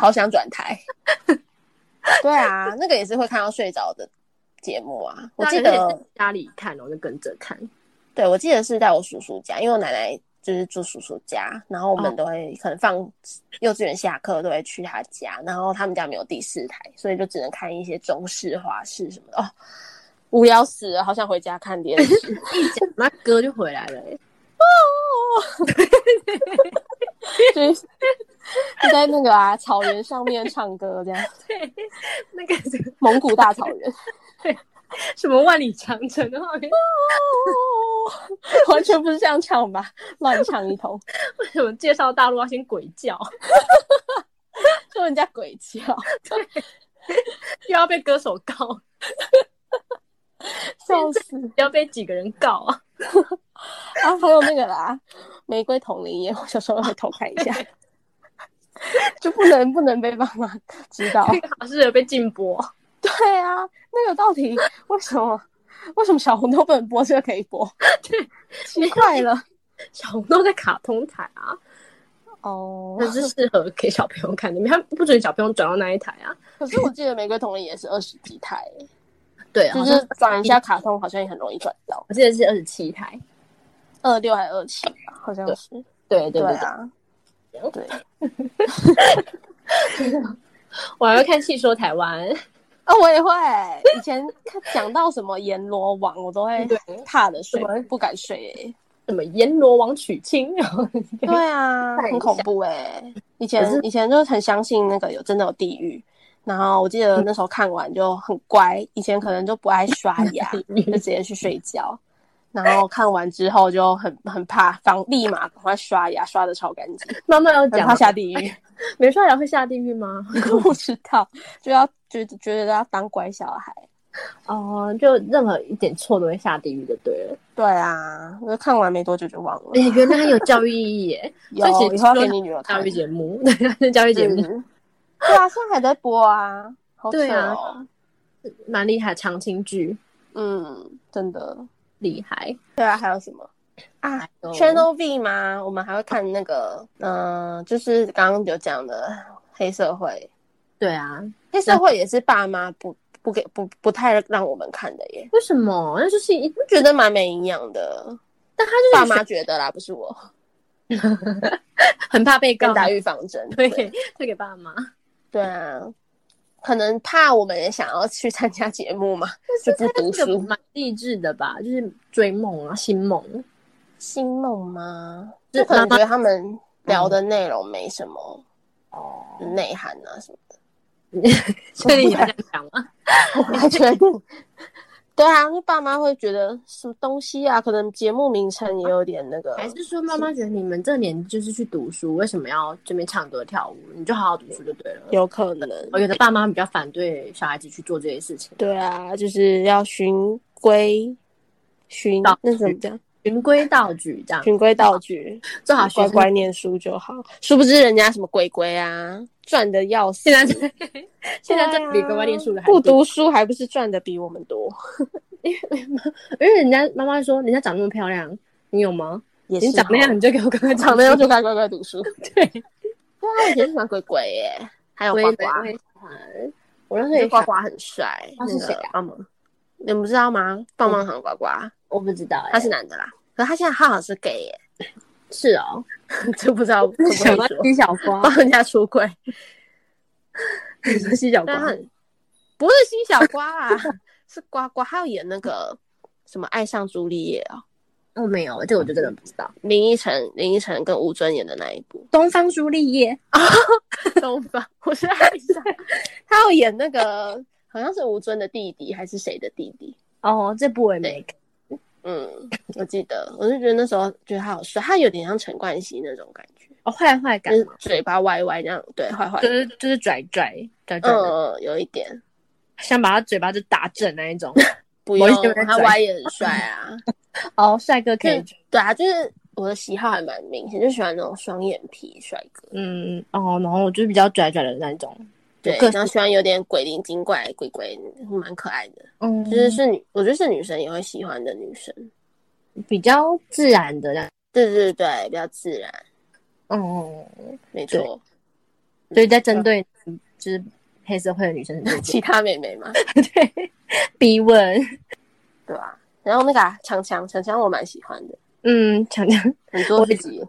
B: 好想转
A: *laughs*
B: 台。对啊，那个也是会看到睡着的节目啊。我记
A: 对啊可是也
B: 得
A: 是，家里看，我就跟着看。
B: 对我记得是在我叔叔家，因为我奶奶就是住叔叔家，然后我
A: 哦
B: 们都会可能放幼稚园下课都会去他家，然后他们家没有第四台，所以就只能看一些中式、华式什么的。哦，无聊死了，好想回家看电视。 *laughs*
A: 一讲那哥就回 *laughs* 来了、欸，
B: 就是就在那个啊草原上面唱歌，这样
A: 那个
B: 蒙古大草原，
A: 什么万里长城的画面，
B: *laughs* 完全不是这样唱吧，乱唱一 *laughs* 通，
A: 为什么介绍大陆要先鬼叫，
B: 说人家鬼叫，
A: 又要被歌手告，
B: 笑死
A: 要被几个人告啊？
B: 啊！还有那个啦，玫瑰同林烟，我小时候会偷看一下，就不能不能被爸妈知道。
A: 那个好适合被禁播，
B: 对啊，那个到底为什么？为什么小红豆不能播，这个可以播？奇怪了
A: 小红豆在卡通台啊，
B: 哦
A: 那是适合给小朋友看的，他不准小朋友转到那一台啊。
B: 可是我记得玫瑰同林也是二十几台、欸。
A: 对
B: 就
A: 好像
B: 是转一下卡通，好像也很容易转到
A: 我记得是二十七台。
B: 二六还二七吧，好像是。
A: 对对
B: 对
A: 对，
B: 啊，对。
A: 我还会看《戏说台湾》，
B: 啊，我也会。以前看讲到什么阎罗王，我都会
A: 对
B: 怕的睡
A: 对，
B: 不敢睡、欸。
A: *laughs* 什么阎罗王娶亲，然后 *laughs*
B: 对啊，
A: 看一下
B: 很恐怖哎、以
A: 可
B: 前
A: 是
B: 以前就是很相信那个有真的有地狱，然后我记得那时候看完就很乖，以前可能就不爱刷
A: *laughs*
B: 牙，就直接去睡觉。然后看完之后就很很怕，防立马赶快刷牙，刷的超干净，
A: 妈妈有
B: 很
A: 讲
B: 怕下地狱。 *laughs*
A: 没刷牙会下地狱吗？
B: 不知道，就要觉得觉得要当乖小孩。
A: 哦、就任何一点错都会下地狱就对了。
B: 对啊，我看完没多久就忘了。
A: 哎、原来有教育意义耶！*laughs*
B: 有
A: 所以其
B: 以
A: 实
B: 后要
A: 说
B: 给你女儿
A: *laughs*
B: 看
A: 教育节目，对，是教育节目，
B: 嗯对啊，现在还在播啊，好扯
A: 对啊
B: 哦。
A: 蛮厉害，长青剧
B: 嗯，真的。
A: 厉害。
B: 对啊，还有什么啊
A: 还有
B: ？Channel V 吗？我们还会看那个，嗯、就是刚刚有讲的黑社会，
A: 对啊，
B: 黑社会也是爸妈不不给不不太让我们看的耶，
A: 为什么？那就是一，
B: 觉得蛮没营养的。
A: 但他
B: 爸
A: 就是
B: 妈觉得啦，不是 *laughs* 我，
A: 很怕被告
B: 跟，打预防针。
A: 推给 *laughs* 推给爸
B: *laughs*
A: 妈，
B: 对啊，可能怕我们也想要去参加节目嘛，
A: 就
B: 就不读书。
A: 蛮励志的吧？就是追梦啊，新
B: *laughs*
A: 梦。
B: 星梦吗？
A: 是
B: 就嗯可能
A: 妈
B: 觉得他们聊的内容没什么
A: 哦，
B: 内涵啊什么的。
A: 确定你要这样讲吗？
B: 我不太确定。 *laughs* 对啊，那爸妈会觉得什么东西啊？可能节目名称也有点那
A: *laughs*
B: 个，
A: 还是说妈妈觉得你们这年就是去读书，为什么要这边唱歌跳舞？你就好好读书就对了。
B: 有可能。
A: 我有的爸妈比较反对小孩子去做这些事情，
B: 对啊，就是要循规循
A: 道
B: 那怎么讲？
A: 循规蹈矩这样，
B: 循规蹈矩，
A: 做好学
B: 乖
A: 生。
B: 乖念书就好。殊不知人家什么鬼鬼啊，赚的要死。啊
A: 现在这
B: *laughs*
A: 现在这比乖乖念书的还
B: 不
A: 多，
B: 读书还不是赚的比我们多？
A: 因为人家妈妈说人家长那么漂亮，你有吗？
B: 也哦
A: 你长那
B: *laughs*
A: 样，你就给我乖乖长
B: 长
A: 那
B: 那样
A: 样。
B: 就该乖乖读书。
A: 对，
B: 对啊，我以前喜欢鬼鬼耶，还有
A: 我
B: 呱
A: 也
B: 呱，
A: 我也喜欢，我那时候
B: 我觉
A: 也
B: 得呱
A: 想，
B: 呱很帅。
A: 他是
B: 那个
A: 谁啊
B: 棒棒，你们不知道吗？棒棒糖呱呱，
A: 我不知道欸，
B: 他是男的啦，可是他现在他好像是 gay 耶， *laughs*
A: 是哦，
B: 就不知道会不
A: 想
B: 会
A: 到
B: 说
A: 西小瓜， *laughs*
B: 帮人家出轨。
A: 西小
B: 但
A: 瓜
B: 他，很不是辛小 *laughs* 瓜啦，是呱呱，还有演那个什么《爱上朱丽叶》啊，
A: 我哦没有，这个我就真的不知道。。
B: 林依晨、林依晨跟吴尊演的那一部
A: 东方朱丽叶，
B: *laughs* 东方，我是爱上， *laughs* 他有演那个好像是吴尊的弟弟还是谁的弟弟？
A: 哦，这部我也没看。
B: 嗯，我记得，我就觉得那时候觉得他好帅，他有点像陈冠希那种感觉，
A: 哦，坏坏
B: 就
A: 感
B: 是
A: 嘛，
B: 嘴巴歪歪那样，对，坏坏
A: 就，是就是拽拽拽拽的，
B: 嗯，有一点。
A: 想把他嘴巴就打正那一 *laughs* 种。
B: 不
A: 我
B: 用
A: 也喜，欢
B: 他
A: 拽
B: 歪也很帅啊。
A: 哦，帅哥可以
B: 嗯，对啊，就是我的喜好还蛮明显，就喜欢那种双眼皮帅哥。
A: 嗯，哦，然后我就是比较拽拽的那一种，
B: 对
A: 有个，性
B: 然后喜欢有点鬼灵精怪、鬼鬼，蛮可爱的。
A: 嗯，
B: 就
A: 就是是
B: 是女，我觉得是女生也会喜欢的女生。
A: 比较自然的那，
B: 对对对，比较自然，
A: 哦，嗯
B: 没错。
A: 所以在针对就是黑社会的女生很
B: 其他妹妹嘛，
A: 对 *laughs* 逼问，
B: 对吧、然后那个啊强强，强强我蛮喜欢的，
A: 嗯，强强
B: 很多自己。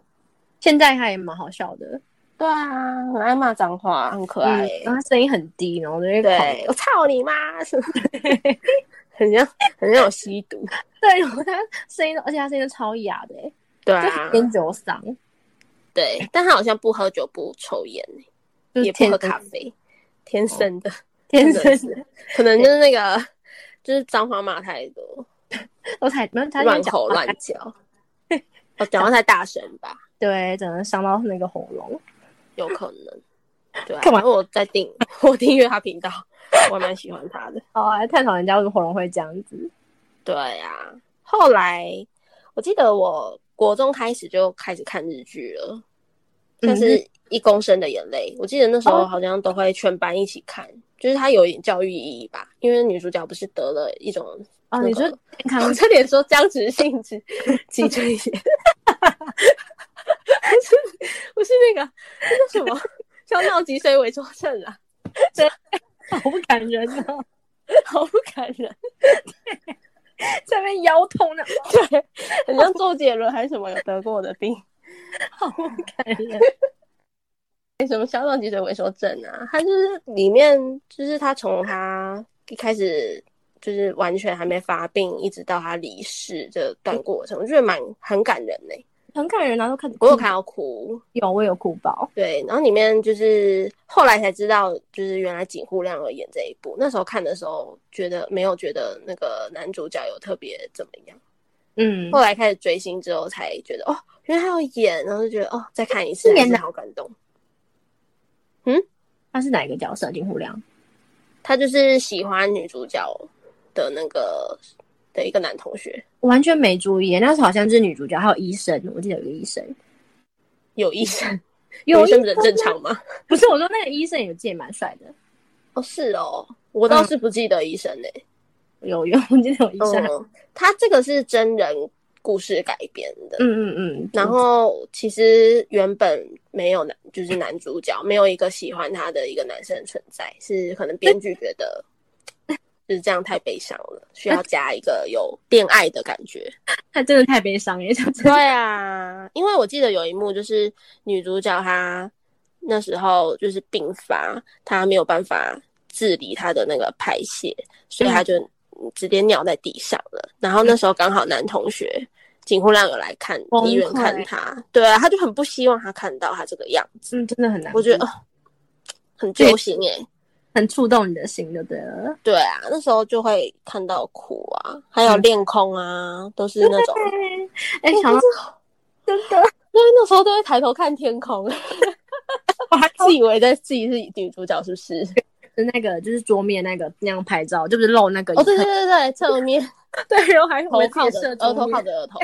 A: 现在他也蛮好笑的，
B: 对啊，很爱骂脏话，很可爱
A: 嗯，
B: 欸、
A: 然后他声音很低，然后就会狂
B: 对，我操你妈！ *laughs* 什么很像很像有吸毒。
A: 对，然后他声音，而且他声音都超哑的，欸
B: 对
A: 就
B: 啊
A: 是，烟酒嗓，
B: 对，但他好像不喝酒、不抽烟、欸
A: 就是
B: 也不
A: 天
B: 喝咖啡，哦天生的。
A: 天
B: 真
A: 生
B: 的是
A: 的
B: 可能就是那个，就是脏话骂太多，
A: 我才没有他那
B: 乱
A: 天讲
B: 口
A: 话
B: 乱叫， *laughs* 我哦讲话太大声吧，
A: 对，只能伤到那个喉咙。
B: 有可能。对、啊，
A: 干嘛
B: 因为我在订，我订阅他频道，我还蛮喜欢他的。
A: 哦，还探讨人家为什么喉咙会这样子。
B: 对啊，后来我记得我国中开始就开始看日剧了，
A: 嗯哦
B: 但是《一公升的眼泪》，我记得那时候好像都会全班一起看，就是它有一点教育意义吧，因为女主角不是得了一种
A: 哦，
B: 那
A: 你说
B: *laughs* 个
A: 健康 *laughs*
B: 我差点说僵直性质脊椎炎，不是不是那个那叫什么 *laughs* 叫闹脊髓萎缩症啊，
A: 好不感人
B: *laughs*
A: 哦，
B: 好不感人，
A: 在那边腰痛呢， *laughs*
B: 对， *laughs* 很像周杰伦还是什么有得过的病，
A: 好不感人。
B: *laughs* 什么小脑脊髓萎缩症啊，他就是里面就是他从他一开始。就是完全还没发病，一直到他离世这段过程，我觉得蛮很感人呢、
A: 很感人啊，都看
B: 我有看到哭，
A: 有我有哭包，
B: 对，然后里面就是后来才知道，就是原来井户亮有演这一部。那时候看的时候，觉得没有觉得那个男主角有特别怎么样。
A: 嗯
B: 后，来开始追星之后，才觉得哦，原来他有演，然后就觉得哦，再看一次
A: 是
B: 还
A: 演
B: 是
A: 哪
B: 好感动。
A: 他是哪一个角色？金虎良
B: 他就是喜欢女主角的那个的一个男同学，
A: 我完全没注意，那时候好像是女主角，还有医生，我记得有个医生，
B: 有医生，
A: 有
B: 医生
A: 医
B: 人
A: 生
B: 正常吗？
A: 不是我说那个医生也记得蛮帅的，
B: 哦，是哦，我倒是不记得医生嘞、
A: 有有，我记得嗯有医生，
B: 嗯，他这个是真人故事改编的，
A: 嗯嗯嗯，
B: 然后其实原本没有男，就是男主角没有一个喜欢他的一个男生存在，是可能编剧觉得 *clears throat* 就是这样太悲伤了，需要加一个有恋爱的感觉。
A: 他真的太悲伤了， *laughs* 讲真的
B: 对啊，因为我记得有一幕就是女主角她那时候就是病发，她没有办法治理她的那个排泄，所以她就直接尿在地上了。然后那
A: 嗯
B: 时候刚好男同学景户亮有来看
A: 崩溃
B: 医院看她，对啊，他就很不希望她看到她这个样子，
A: 嗯，真的很难过，
B: 我觉得、哦、很揪心耶。
A: 很触动你的心，就对了。
B: 对啊，那时候就会看到哭啊，还有
A: 嗯
B: 恋空啊，都是那种。
A: *laughs* 哎、想到真的，
B: 因为那时候都会抬头看
A: *laughs*
B: 天空，我还自以为在自己是女主角，是不是？
A: 是那个 *laughs* 就是桌面那个那样拍照，就不是露那个
B: 哦，对对对对，侧面
A: 对，然后还
B: 头
A: *laughs* 我
B: 靠
A: 靠
B: 着
A: 射
B: 额
A: 桌
B: 头
A: 面
B: 靠着额头，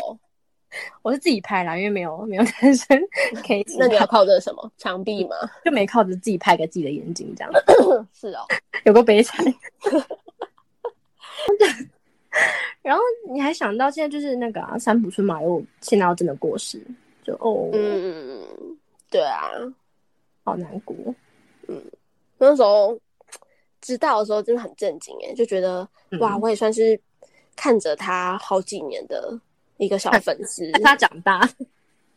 A: 我是自己拍啦，因为没有没有男 *laughs* 生可以一起
B: 那你要
A: 拍，
B: 靠着什么？墙壁吗？
A: 就没靠着自己拍给自己的眼睛，这样
B: 是
A: 啊
B: 哦，
A: 有个悲惨。 *laughs* 然后你还想到现在就是那个啊，三浦春马又现在要真的过世，就哦，
B: 嗯，对啊，
A: 好难过。
B: 那时候知道的时候真的很震惊哎，就觉得
A: 嗯
B: 哇，我也算是看着他好几年的一个小粉丝。
A: *laughs* 他长大，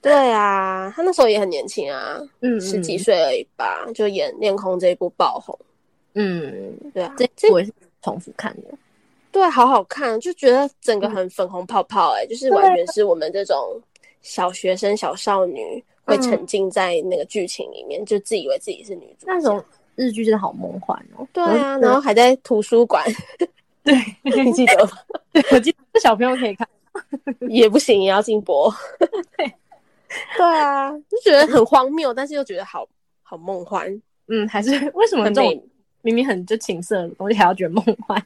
B: 对啊，他那时候也很年轻啊，
A: 嗯，
B: 十几，岁而已吧，就演《恋空》这一部爆红。
A: 嗯，
B: 对啊，
A: 这
B: 这
A: 我也是重复看的，
B: 对，好好看，就觉得整
A: 嗯
B: 个很粉红泡泡、欸，哎、就是
A: 啊
B: 完全是我们这种小学生、小少女
A: 嗯
B: 会沉浸在那个剧情里面，就自以为自己是女主角。
A: 那种日剧真的好梦幻哦。
B: 对啊，
A: 我
B: 然后还在图书
A: *laughs*
B: 馆，
A: 对，
B: 你记
A: *laughs*
B: 得吗？
A: 我记得小朋友可以看，
B: 也不行，也要进博。
A: *laughs* 对，
B: 对啊，就觉得很荒谬，但是又觉得好好梦幻，
A: 嗯，还是为什么
B: 很
A: 这
B: 美
A: 种。明明很就情色的东西还要觉得梦幻？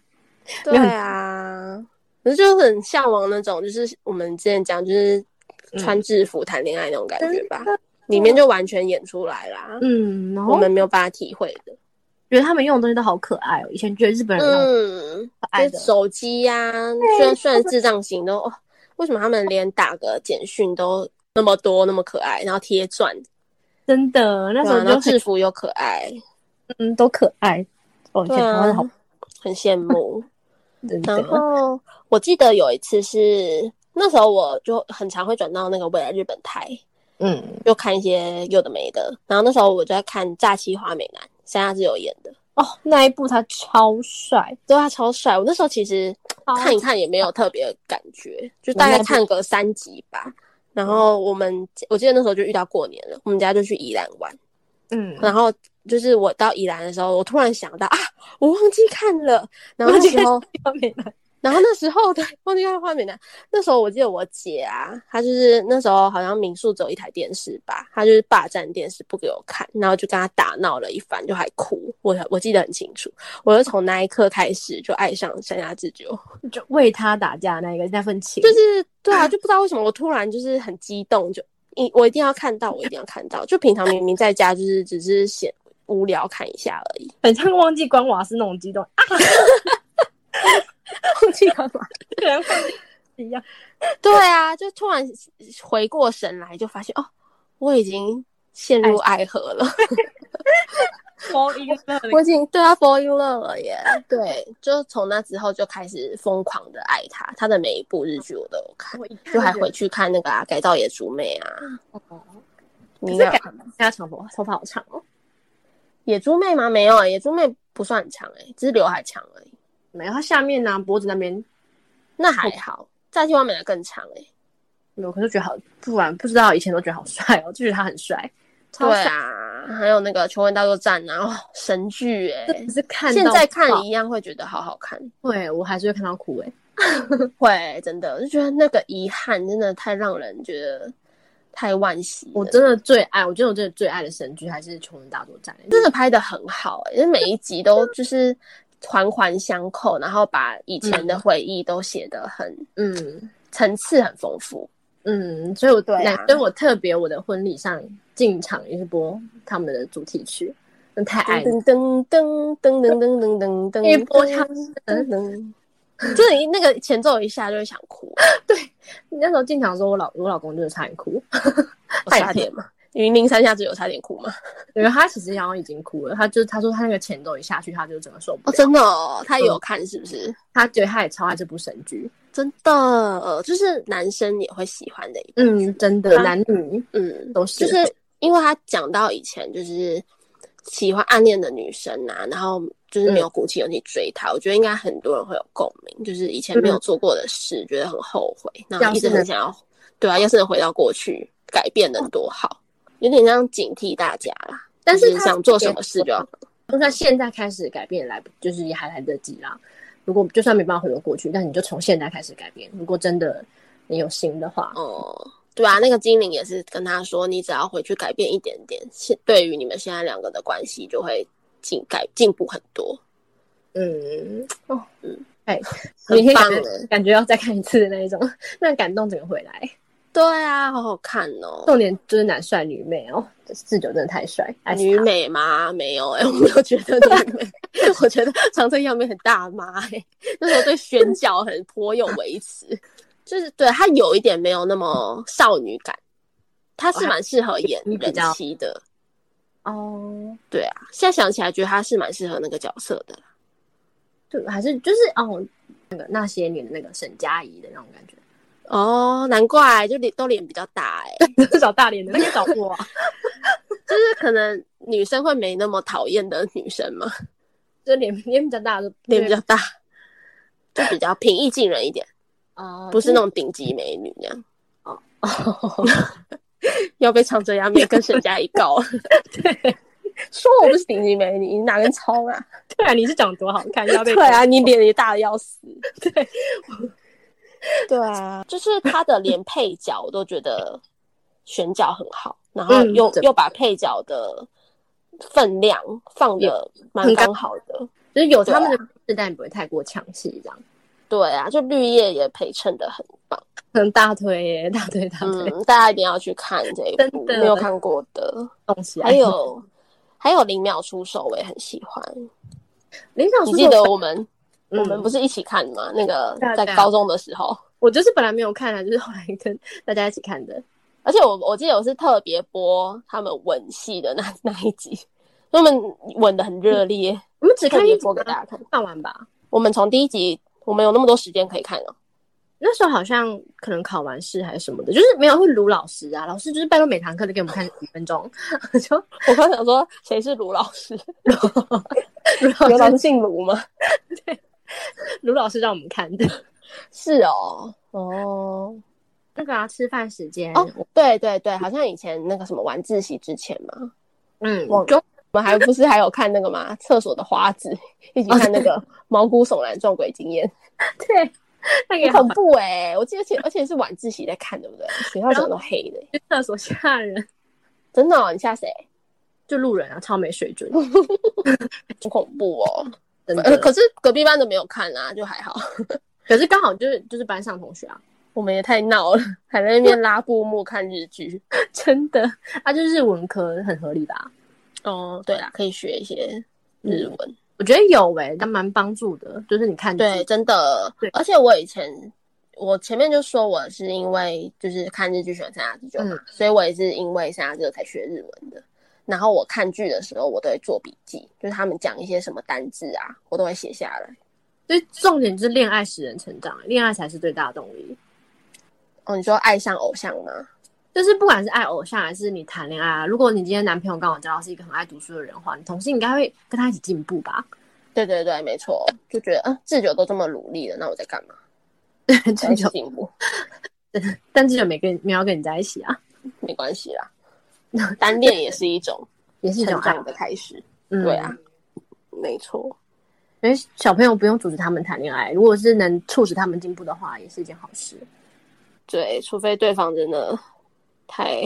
B: 对啊，可是就很向往那种，就是我们之前讲，就是
A: 嗯
B: 穿制服谈恋爱那种感觉吧。里面就完全演出来啦，
A: 嗯，然后
B: 我们没有办法体会的。
A: 觉得他们用的东西都好可爱哦。以前觉得日本人那种
B: 嗯，
A: 可爱的
B: 就，手机呀、虽然虽然智障型都、哦，为什么他们连打个简讯都那么多那么可爱，然后贴钻，
A: 真的那
B: 对
A: 时
B: 啊
A: 候
B: 然后
A: 就
B: 制
A: 是
B: 服又可爱，
A: 嗯都可爱。哦，以
B: 对
A: 前台湾
B: 啊
A: 好，啊
B: 很
A: *laughs*
B: 羡慕。
A: 真
B: 然
A: 的，
B: 后我记得有一次是那时候我就很常会转到那个未来日本台，
A: 嗯，
B: 就看一些有的没的。然后那时候我就在看《假期花美男》，山下智久演的，
A: 哦，那一部他超帅，
B: 对他超帅。我那时候其实
A: 超
B: 看一看也没有特别的感觉，就大概看个三集吧。然后我们我记得那时候就遇到过年了，我们家就去宜兰玩。
A: 嗯，
B: 然后就是我到宜兰的时候，我突然想到啊，我忘记看了。
A: *laughs*
B: 然后那时候，
A: 后面的
B: 然后那时候的忘记看画面了。那时候我记得我姐啊，她就是那时候好像民宿只有一台电视吧，她就是霸占电视不给我看，然后就跟她打闹了一番，就还哭。我我记得很清楚，我就从那一刻开始就爱上山下智久。
A: 就为他打架那一个那份情，
B: 就是对啊，就不知道为什么我突然就是很激动，就一我一定要看到，我一定要看到。就平常明明在家就是只是闲无聊看一下而已，
A: 很像忘记关瓦斯那种激动， *laughs* 啊，
B: 忘记干嘛？
A: *laughs* 居然忘记一样，
B: 对啊，就突然回过神来，就发现哦，我已经陷入爱河了，
A: 超音乐的
B: 我已经对他 fall in love 了耶。对，就从那之后就开始疯狂的爱他，他的每一部日剧我都有看，
A: 我一看
B: 就还
A: 觉得
B: 回去看那个、啊《改造野猪妹》啊，
A: 哦
B: 你
A: 可
B: 应
A: 是
B: 该有
A: 改
B: 看吧？
A: 他长头头发好长哦，
B: 野猪妹吗？没有、欸野猪妹不算很长哎、只是刘海长而已。
A: 没有，他下面呢、脖子那边
B: 那还好，炸鸡完美的更长哎、欸。
A: 没有，可是觉得好，不然不知道以前都觉得好帅哦，就觉得他很帅，超
B: 对
A: 帅。
B: 啊，还有那个《求婚大作战》啊，哦，神剧哎、
A: 只是看
B: 现
A: 到
B: 在看
A: 爆
B: 一样会觉得好好看，
A: 对我还是会看到哭哎、
B: 会真的就觉得那个遗憾真的太让人觉得太惋惜了。
A: 我真的最爱，我觉得我真的最爱的神剧还是《穷人大作战》欸，
B: 真的拍的很好、欸，因为每一集 *laughs* 都就是环环相扣，然后把以前的回忆都写得很
A: 嗯
B: 层次很丰富。
A: 嗯，所以我
B: 对啊
A: 那所以我特别我的婚礼上进场也是播他们的主题曲，那太爱了，
B: 噔噔噔噔噔噔噔噔噔，
A: 一波唱
B: 噔噔，就是你那个前奏一下就会想 *laughs* 哭，
A: 那时候进场的时候，我老我老公真的差点哭，
B: 差点嘛。云林三下只有差点哭吗？
A: 因为他其实好像已经哭了，他就他说他那个前奏一下去，他就整个受不
B: 哦，
A: 了。
B: 真的哦，他也有看是不是？
A: 他觉得他也超爱这部神剧，
B: 真的，呃就是男生也会喜欢的一部，
A: 嗯，真的
B: 他
A: 男女
B: 嗯，
A: 都是，
B: 就是因为他讲到以前就是喜欢暗恋的女生呐、然后就是
A: 嗯
B: 没有鼓起勇气追她，我觉得应该很多人会有共鸣，就是以前
A: 嗯
B: 没有做过的事，觉得很后悔，然后一直很想要，对啊，要是能回到过去，改变的多好，有点像警惕大家啦。
A: 但
B: 就是是
A: 他
B: 想做什么事
A: *laughs*
B: 就要，
A: 就算现在开始改变也来不，就是也还来得及啦。如果就算没办法回到过去，但你就从现在开始改变。如果真的你有心的话，
B: 哦，对啊，那个精灵也是跟他说，你只要回去改变一点点，现对于你们现在两个的关系就会进改进步很多，
A: 嗯，哦，
B: 嗯
A: 嗯，哎，
B: 很
A: 明天
B: 棒
A: 感觉
B: 哎。
A: 感觉要再看一次的那一种， *laughs* 那感动整个回来。
B: 对啊，好好看哦。
A: 重点就是男帅女美哦，四九真的太帅，爱死
B: 女
A: 他
B: 美吗？没有哎、我 *laughs* 没有觉得女 *laughs* 美，我觉得长泽雅美很大妈哎、那时候对选角很颇有维持，就是对她有一点没有那么少女感，哦她是蛮适合演
A: 你比
B: 人
A: 较
B: 妻的，
A: 哦。
B: 对啊，现在想起来觉得她是蛮适合那个角色的啦，
A: 对，还是就是哦，那个那些年的那个沈佳宜的那种感觉，
B: 哦，难怪就脸都脸比较大哎、
A: 至少大脸的那 *laughs* 个找我、 *laughs* 啊，
B: 就是可能女生会没那么讨厌的女生嘛，
A: 就脸脸比较大的，
B: 脸比较大，就比较平易近人一点，
A: 哦，
B: 不是那种顶级美女那样。
A: 哦，
B: *laughs*
A: *laughs*
B: 要被长泽雅美跟沈佳宜告，说我不是顶级美女，你哪根葱
A: *laughs*
B: 啊？
A: 对啊，你是长多好看，要 *laughs* 被
B: 对啊，你脸也大的要
A: *laughs*
B: 死。对，对啊，就是他的连配角我都觉得选角很好，然后
A: 嗯
B: 又、
A: 真的
B: 又把配角的分量放的蛮刚好的。
A: 就是有他们的故事，但也不会太过强势，这样。
B: 对啊，就绿叶也陪衬的很棒，
A: 可能大推耶，大推大推，
B: 嗯，大家一定要去看这一
A: 真
B: 部，
A: 的
B: 没有看过的，
A: 动起来。
B: 还有还有零秒出手，我也很喜欢。
A: 林小
B: 你
A: 叔，
B: 记得我们
A: 哦嗯
B: 我们不是一起看吗？那个
A: 对啊
B: 在
A: 对啊
B: 高中的时候，
A: 我就是本来没有看啊，就是后来跟大家一起看的。
B: 而且我我记得我是特别播他们吻戏的那 *laughs* 那一集，他们吻的很热烈，
A: 我们只
B: 特
A: 看
B: 别
A: 一
B: 播给大
A: 家
B: 家看。
A: 看完吧。
B: 我们从第一集，我们有那么多时间可以看哦。
A: 那时候好像可能考完试还是什么的，就是没有会卢老师啊，老师就是拜托每堂课都给我们看五分钟， *laughs* 就
B: 我刚想说谁是卢老
A: *laughs*
B: 师，
A: 卢老师
B: 姓卢吗？
A: 卢老师让我们看的。
B: *laughs* 是哦，哦，
A: *laughs* 那个啊，吃饭时间
B: 哦对对对，好像以前那个什么晚自习之前嘛，
A: 嗯，
B: 忘
A: 中
B: 我们还不是还有看那个嘛， *laughs* 厕所的花子，一
A: 哦
B: 起看那个毛骨悚然撞鬼经验。
A: *laughs* 对，那个也好
B: 很恐怖哎、我记得而且而且是晚自习在看，对不对？学校整个都黑的、
A: 去厕所吓人，
B: 真的、哦，你吓谁？
A: 就路人啊，超没水准，
B: 很恐怖哦。
A: 真
B: 呃，
A: 的。
B: 可是隔壁班的没有看啊，就还好。 *laughs*
A: 可是刚好就是就是班上同学啊， *laughs*
B: 我们也太闹了，还在那边拉布幕看日剧。
A: 真的，啊，就是日文科很合理吧？
B: 哦，
A: 啊
B: 对啦，可以学一些日文。
A: 我觉得有诶、但蛮帮助的，就是你看
B: 对，真的
A: 对。
B: 而且我以前我前面就说我是因为就是看日剧喜欢三下智久嘛，
A: 嗯
B: 所以我也是因为三下智久才学日文的。然后我看剧的时候，我都会做笔记，就是他们讲一些什么单字啊，我都会写下来。
A: 所以重点就是恋爱使人成长，欸恋爱才是最大的动力。
B: 哦，你说爱上偶像吗？
A: 就是不管是爱偶像还是你谈恋爱啊，如果你今天男朋友刚好交到是一个很爱读书的人的话，你同性应该会跟他一起进步
B: *laughs*
A: 吧？
B: 对对对，没错，就觉得嗯，自久都这么努力了，那我在干嘛？在
A: 这种，
B: 进步，
A: 但这种没跟没有跟你在一起啊，
B: 没关系啦。单恋也是一种
A: 也是一种
B: 成
A: 爱
B: 长。的开始，
A: 嗯
B: 对啊，，没错。
A: 所以小朋友不用阻止他们谈恋爱，如果是能促使他们进步的话，也是一件好事。
B: 对，除非对方真的太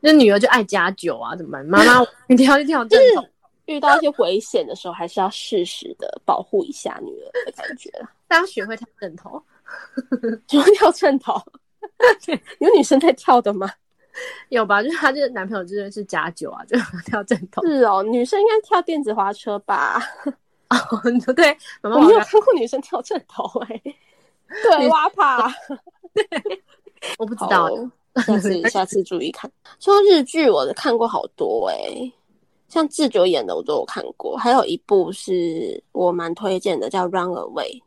A: 那女儿就爱加酒啊，怎么办？妈妈，我一定要一定要正统。
B: 遇到一些危险的时候，还是要适时的保护一下女儿的感觉啦。
A: 大家学会跳正头，
B: 什么跳正头？ *laughs* 有女生在跳的吗？
A: 有吧？就是她就是男朋友真的是加酒啊，就跳正
B: *laughs*
A: 头。
B: 是哦，女生应该跳电子滑车吧？
A: 哦，对，妈妈
B: 我
A: 我
B: 没有
A: 刚
B: 看过女生欸跳正头哎、对，
A: 女
B: 哇怕。
A: 我不知
B: 好
A: 道，啊
B: 哦下 *laughs* 次下次注意看。说到日剧，我看过好多诶、像志久演的我都有看过，还有一部是我蛮推荐的，叫《Run Away》，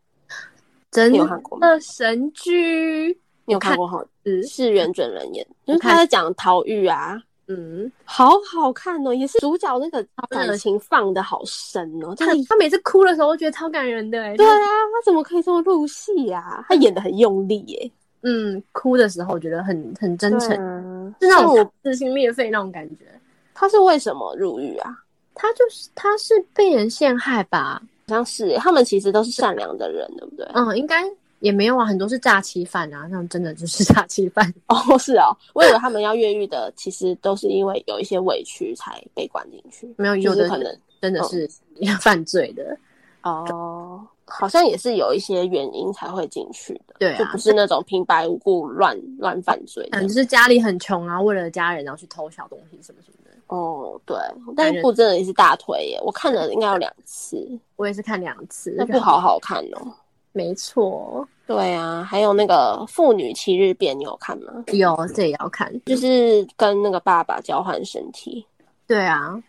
A: 真
B: 你有看过吗？
A: 的神剧，嗯
B: 你有看过哈？
A: 是
B: 是原准人演，就是
A: 我看
B: 他在讲逃狱啊，
A: 嗯，
B: 好好看哦，也是主角那个
A: 感
B: 感情放的好深哦，真
A: 他
B: 的。
A: 他每次哭的时候，我觉得超感人的、欸，
B: 对
A: 就是
B: 啊，他怎么可以这么入戏啊？他演的很用力耶、
A: 嗯，哭的时候我觉得很很真诚，
B: 诚
A: 是那
B: 像啊我
A: 种撕心裂肺那种感觉。
B: 他是为什么入狱啊？
A: 他就是他是被人陷害吧？
B: 好像是耶、他们其实都是善良的人，对不对？
A: 嗯，应该也没有啊，很多是诈欺犯啊，那种真的就是诈欺犯。
B: *laughs* 哦，是哦，我以为他们要越狱的，其实都是因为有一些委屈才被关进去，
A: 没有
B: 就
A: 有
B: 是
A: 的
B: 可能
A: 真的是 *laughs* 犯罪的，
B: 哦，好像也是有一些原因才会进去的，
A: 对啊
B: 就不是那种平白无故乱乱犯罪
A: 可
B: 的
A: 能。就是家里很穷啊，为了家人然后去偷小东西什么什么的。
B: 哦，对，但是部真的也是大推耶，我看了应该有两次，
A: 我也是看两次，
B: 那部好好看哦。
A: 没错，
B: 对啊，还有那个《妇女七日变》，你有看吗？
A: 有这也要看，
B: 就是跟那个爸爸交换身体，
A: 对啊，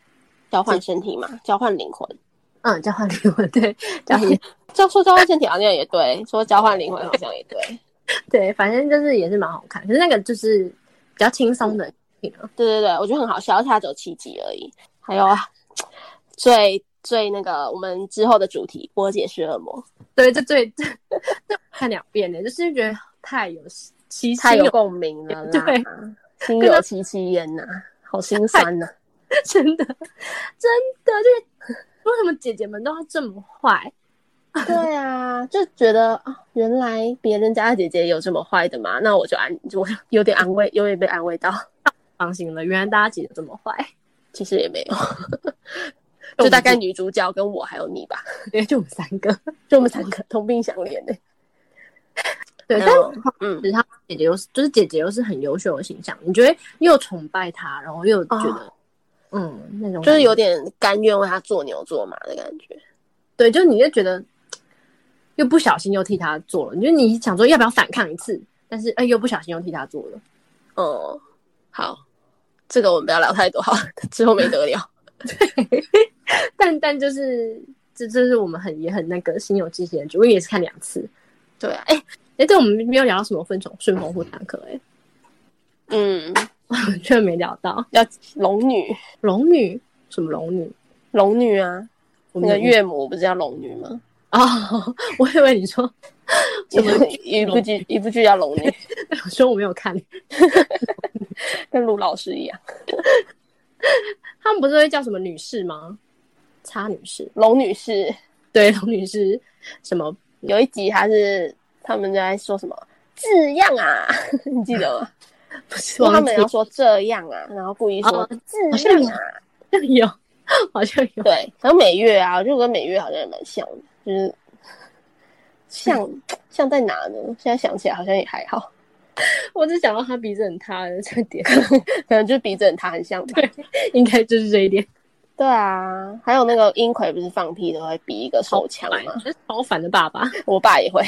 B: 交换身体嘛，交换灵魂。
A: 嗯，交换礼物， *laughs* 对，交换礼物
B: 这样说交换身体好像也对，说交换灵魂好像也对。
A: 对，反正就是也是蛮好看，可是那个就是比较轻松的剧啊，
B: 对对对，我觉得很好笑，而且它只有七集而已。还有啊，最最那个我们之后的主题，波姐是恶魔，
A: 对，这最 *laughs* 这看两遍呢，就是觉得太有奇
B: 太
A: 太
B: 有
A: 有
B: 共鸣了啦，
A: 对，
B: 心有戚戚焉呐，好心酸哦呐、
A: *laughs* 真的真的就是为什么姐姐们都要这么坏？
B: 对啊，就觉得啊、原来别人家的姐姐有这么坏的嘛，那我就安，我有点安慰，有点被安慰到，
A: 放心了，原来大家姐姐这么坏，
B: 其实也没 *laughs* 有，就大概女主角跟我还有你吧，
A: 对，就我们三 *laughs* 个。
B: 就我们三个同病相怜 *laughs* 呢、
A: 对，
B: 还
A: 但
B: 有
A: 是
B: 嗯，
A: 其实她姐姐又是，就是姐姐又是很优秀的形象，你就会又崇拜她，然后又觉得，嗯，那种
B: 就是有
A: 感觉
B: 点甘愿为她做牛做马的感觉。
A: 对，就你就觉得又不小心又替她做了，你就你想说要不要反抗一次，但是哎、又不小心又替她做了，
B: 哦，好，这个我们不要聊太多，好，之后没 *laughs* 得聊。
A: 但但就是这这是我们很也很那个心有戚戚的剧，我也是看两次，
B: 对啊，哎、
A: 哎、对我们没有聊到什么分手顺风妇产科、 *laughs* 哎，
B: 嗯，
A: 我居然没聊到
B: 要嗯龙女，
A: 龙女什么龙女，
B: 龙女啊，
A: 我
B: 那
A: 们
B: 个
A: 有
B: 岳母不是叫龙女吗？
A: 哦，我以为你说
B: 什么 *laughs* 一部剧，一部剧叫龙 *laughs* 女，
A: 我说我没有看。
B: 跟卢老师一样，
A: 他们不是会叫什么女士吗？差女士，
B: 龙女是
A: 对，龙女士，什么？
B: 有一集，她是他们在说什么字样啊， *laughs* 你记得 *laughs* 吗？
A: 不是
B: 说他
A: 忘记
B: 们要说这样啊，然后故意说
A: 哦
B: 字
A: 好
B: 样
A: 像有
B: 啊，
A: 有，好像有，
B: 对，然后美月啊，我觉得我跟美月好像也蛮像的，就是像像在哪呢？现在想起来好像也还好， *laughs*
A: 我只想到她鼻子很塌的这点，
B: 可能就鼻子很塌，很像吧。
A: 应该就是这一点。
B: 对啊，还有那个英奎不是放屁都会比一个手枪
A: 烦
B: 吗？，
A: 超啊烦的爸爸，
B: 我爸也会，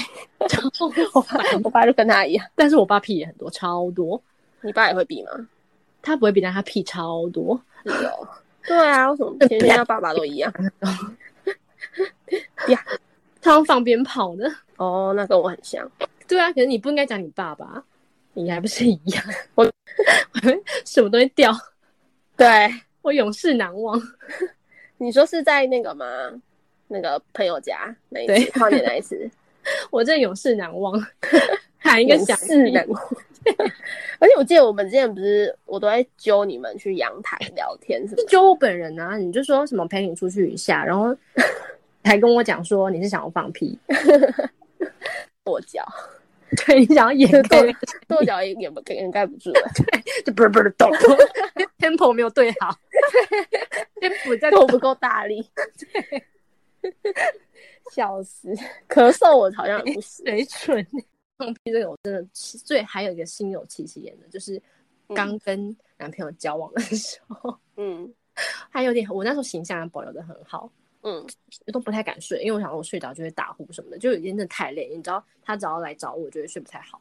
A: 超烦。
B: *laughs* 我爸 *laughs* 就跟他一样。
A: 但是我爸屁也很多，超多。
B: 你爸也会 *laughs* 比吗？
A: 他不会比，但他屁超多。
B: 是哦。 *laughs* 对啊，为什么天天爸爸都一样？
A: 他要放鞭炮的，
B: 哦，那跟我很像。
A: 对啊。可是你不应该讲你爸爸，你还不是一样？我 *laughs* 我什么东西掉，
B: 对，
A: 我永世难忘。
B: 你说是在那个吗？那个朋友家那一
A: 对
B: 次跨年那
A: *laughs*
B: 一次，
A: 我真的永世难忘。 *laughs* 喊一个响
B: 是难忘。而且我记得我们之前不是，我都会揪你们去阳台聊天，是
A: 就
B: 吗？
A: 揪我本人啊，你就说什么陪你出去一下，然后还跟我讲说你是想要放 *laughs* 屁，
B: 跺脚，
A: 对你想要掩盖
B: 对跺脚也掩不掩盖不住了，
A: *laughs*
B: *laughs*
A: 就不是不是抖 *laughs* ，tempo 没有对 *laughs* 好，tempo 在
B: 但我不够大力，
A: *laughs*
B: 笑死！咳嗽我好像不行，
A: 水准。放屁这个我真的最还有一个心有戚戚焉的，就是刚跟男朋友交往的时候，
B: 嗯
A: 还有点我那时候形象还保留的很好，
B: 嗯，
A: 都不太敢睡，因为我想说我睡着就会打呼什么的，就已经真的太累。你知道他只要来找我，就会睡不太好。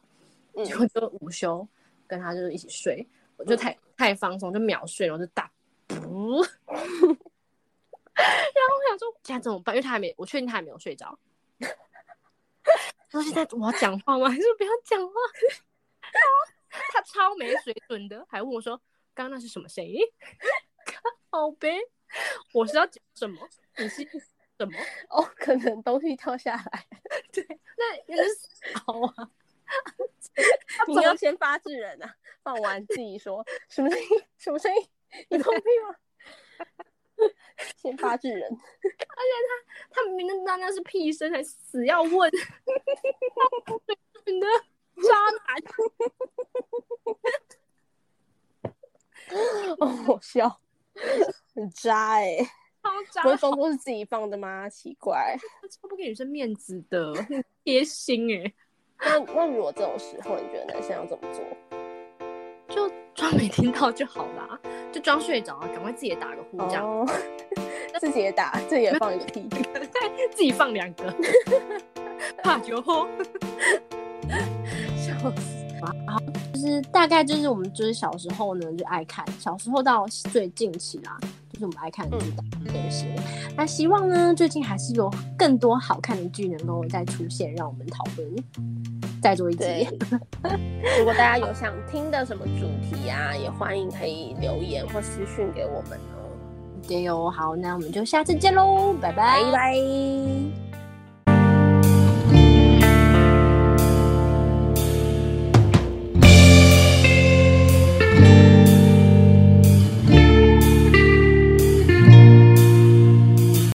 B: 嗯
A: 结果就午休，跟他就是一起睡，我就太太放松，就秒睡，然后就大噗。然后我想说，现在怎么办？因为他还没，我确定他还没有睡着。他说：“现在我要讲话吗？还是 *laughs* 不要讲话？”然后他超没水准的，还问我说：“刚刚那是什么声音？” *laughs* 好呗，我是要讲什么？你是什么？
B: 哦，可能东西掉下来，
A: *laughs* 那也是好啊。
B: *laughs* 你要先发制人啊！放完自己说什么声音？什么声音？你放屁吗？ *laughs* 先发制人，
A: 他明明知道那是屁声，还死要 *laughs* 问，真的渣男。
B: 哦，好笑，很渣哎、
A: 超渣，
B: 不会装作是自己放的吗？奇怪。
A: 超不给女生面子的， *laughs* 很贴心哎、
B: 那那如果这种时候，你觉得男生要怎么做？
A: 就装没听到就好啦，就装睡着，啊赶快自己也打个呼，这样、
B: 哦，自己也打，自己也放一个屁。
A: 自己放两 *laughs* 个，怕哦酒 *laughs* 后。
B: 笑死！
A: 就是大概就是我们就是小时候呢就爱看，小时候到最近期啦，就是我们爱看的剧这些。那希望呢最近还是有更多好看的剧能够再出现，让我们讨论，再做一 *laughs*
B: 对
A: 集。，
B: *laughs* 如果大家有想听的什么主题啊，也欢迎可以留言或私讯给我们哦。
A: 对哦，好，那我们就下次见喽，拜拜
B: 拜拜。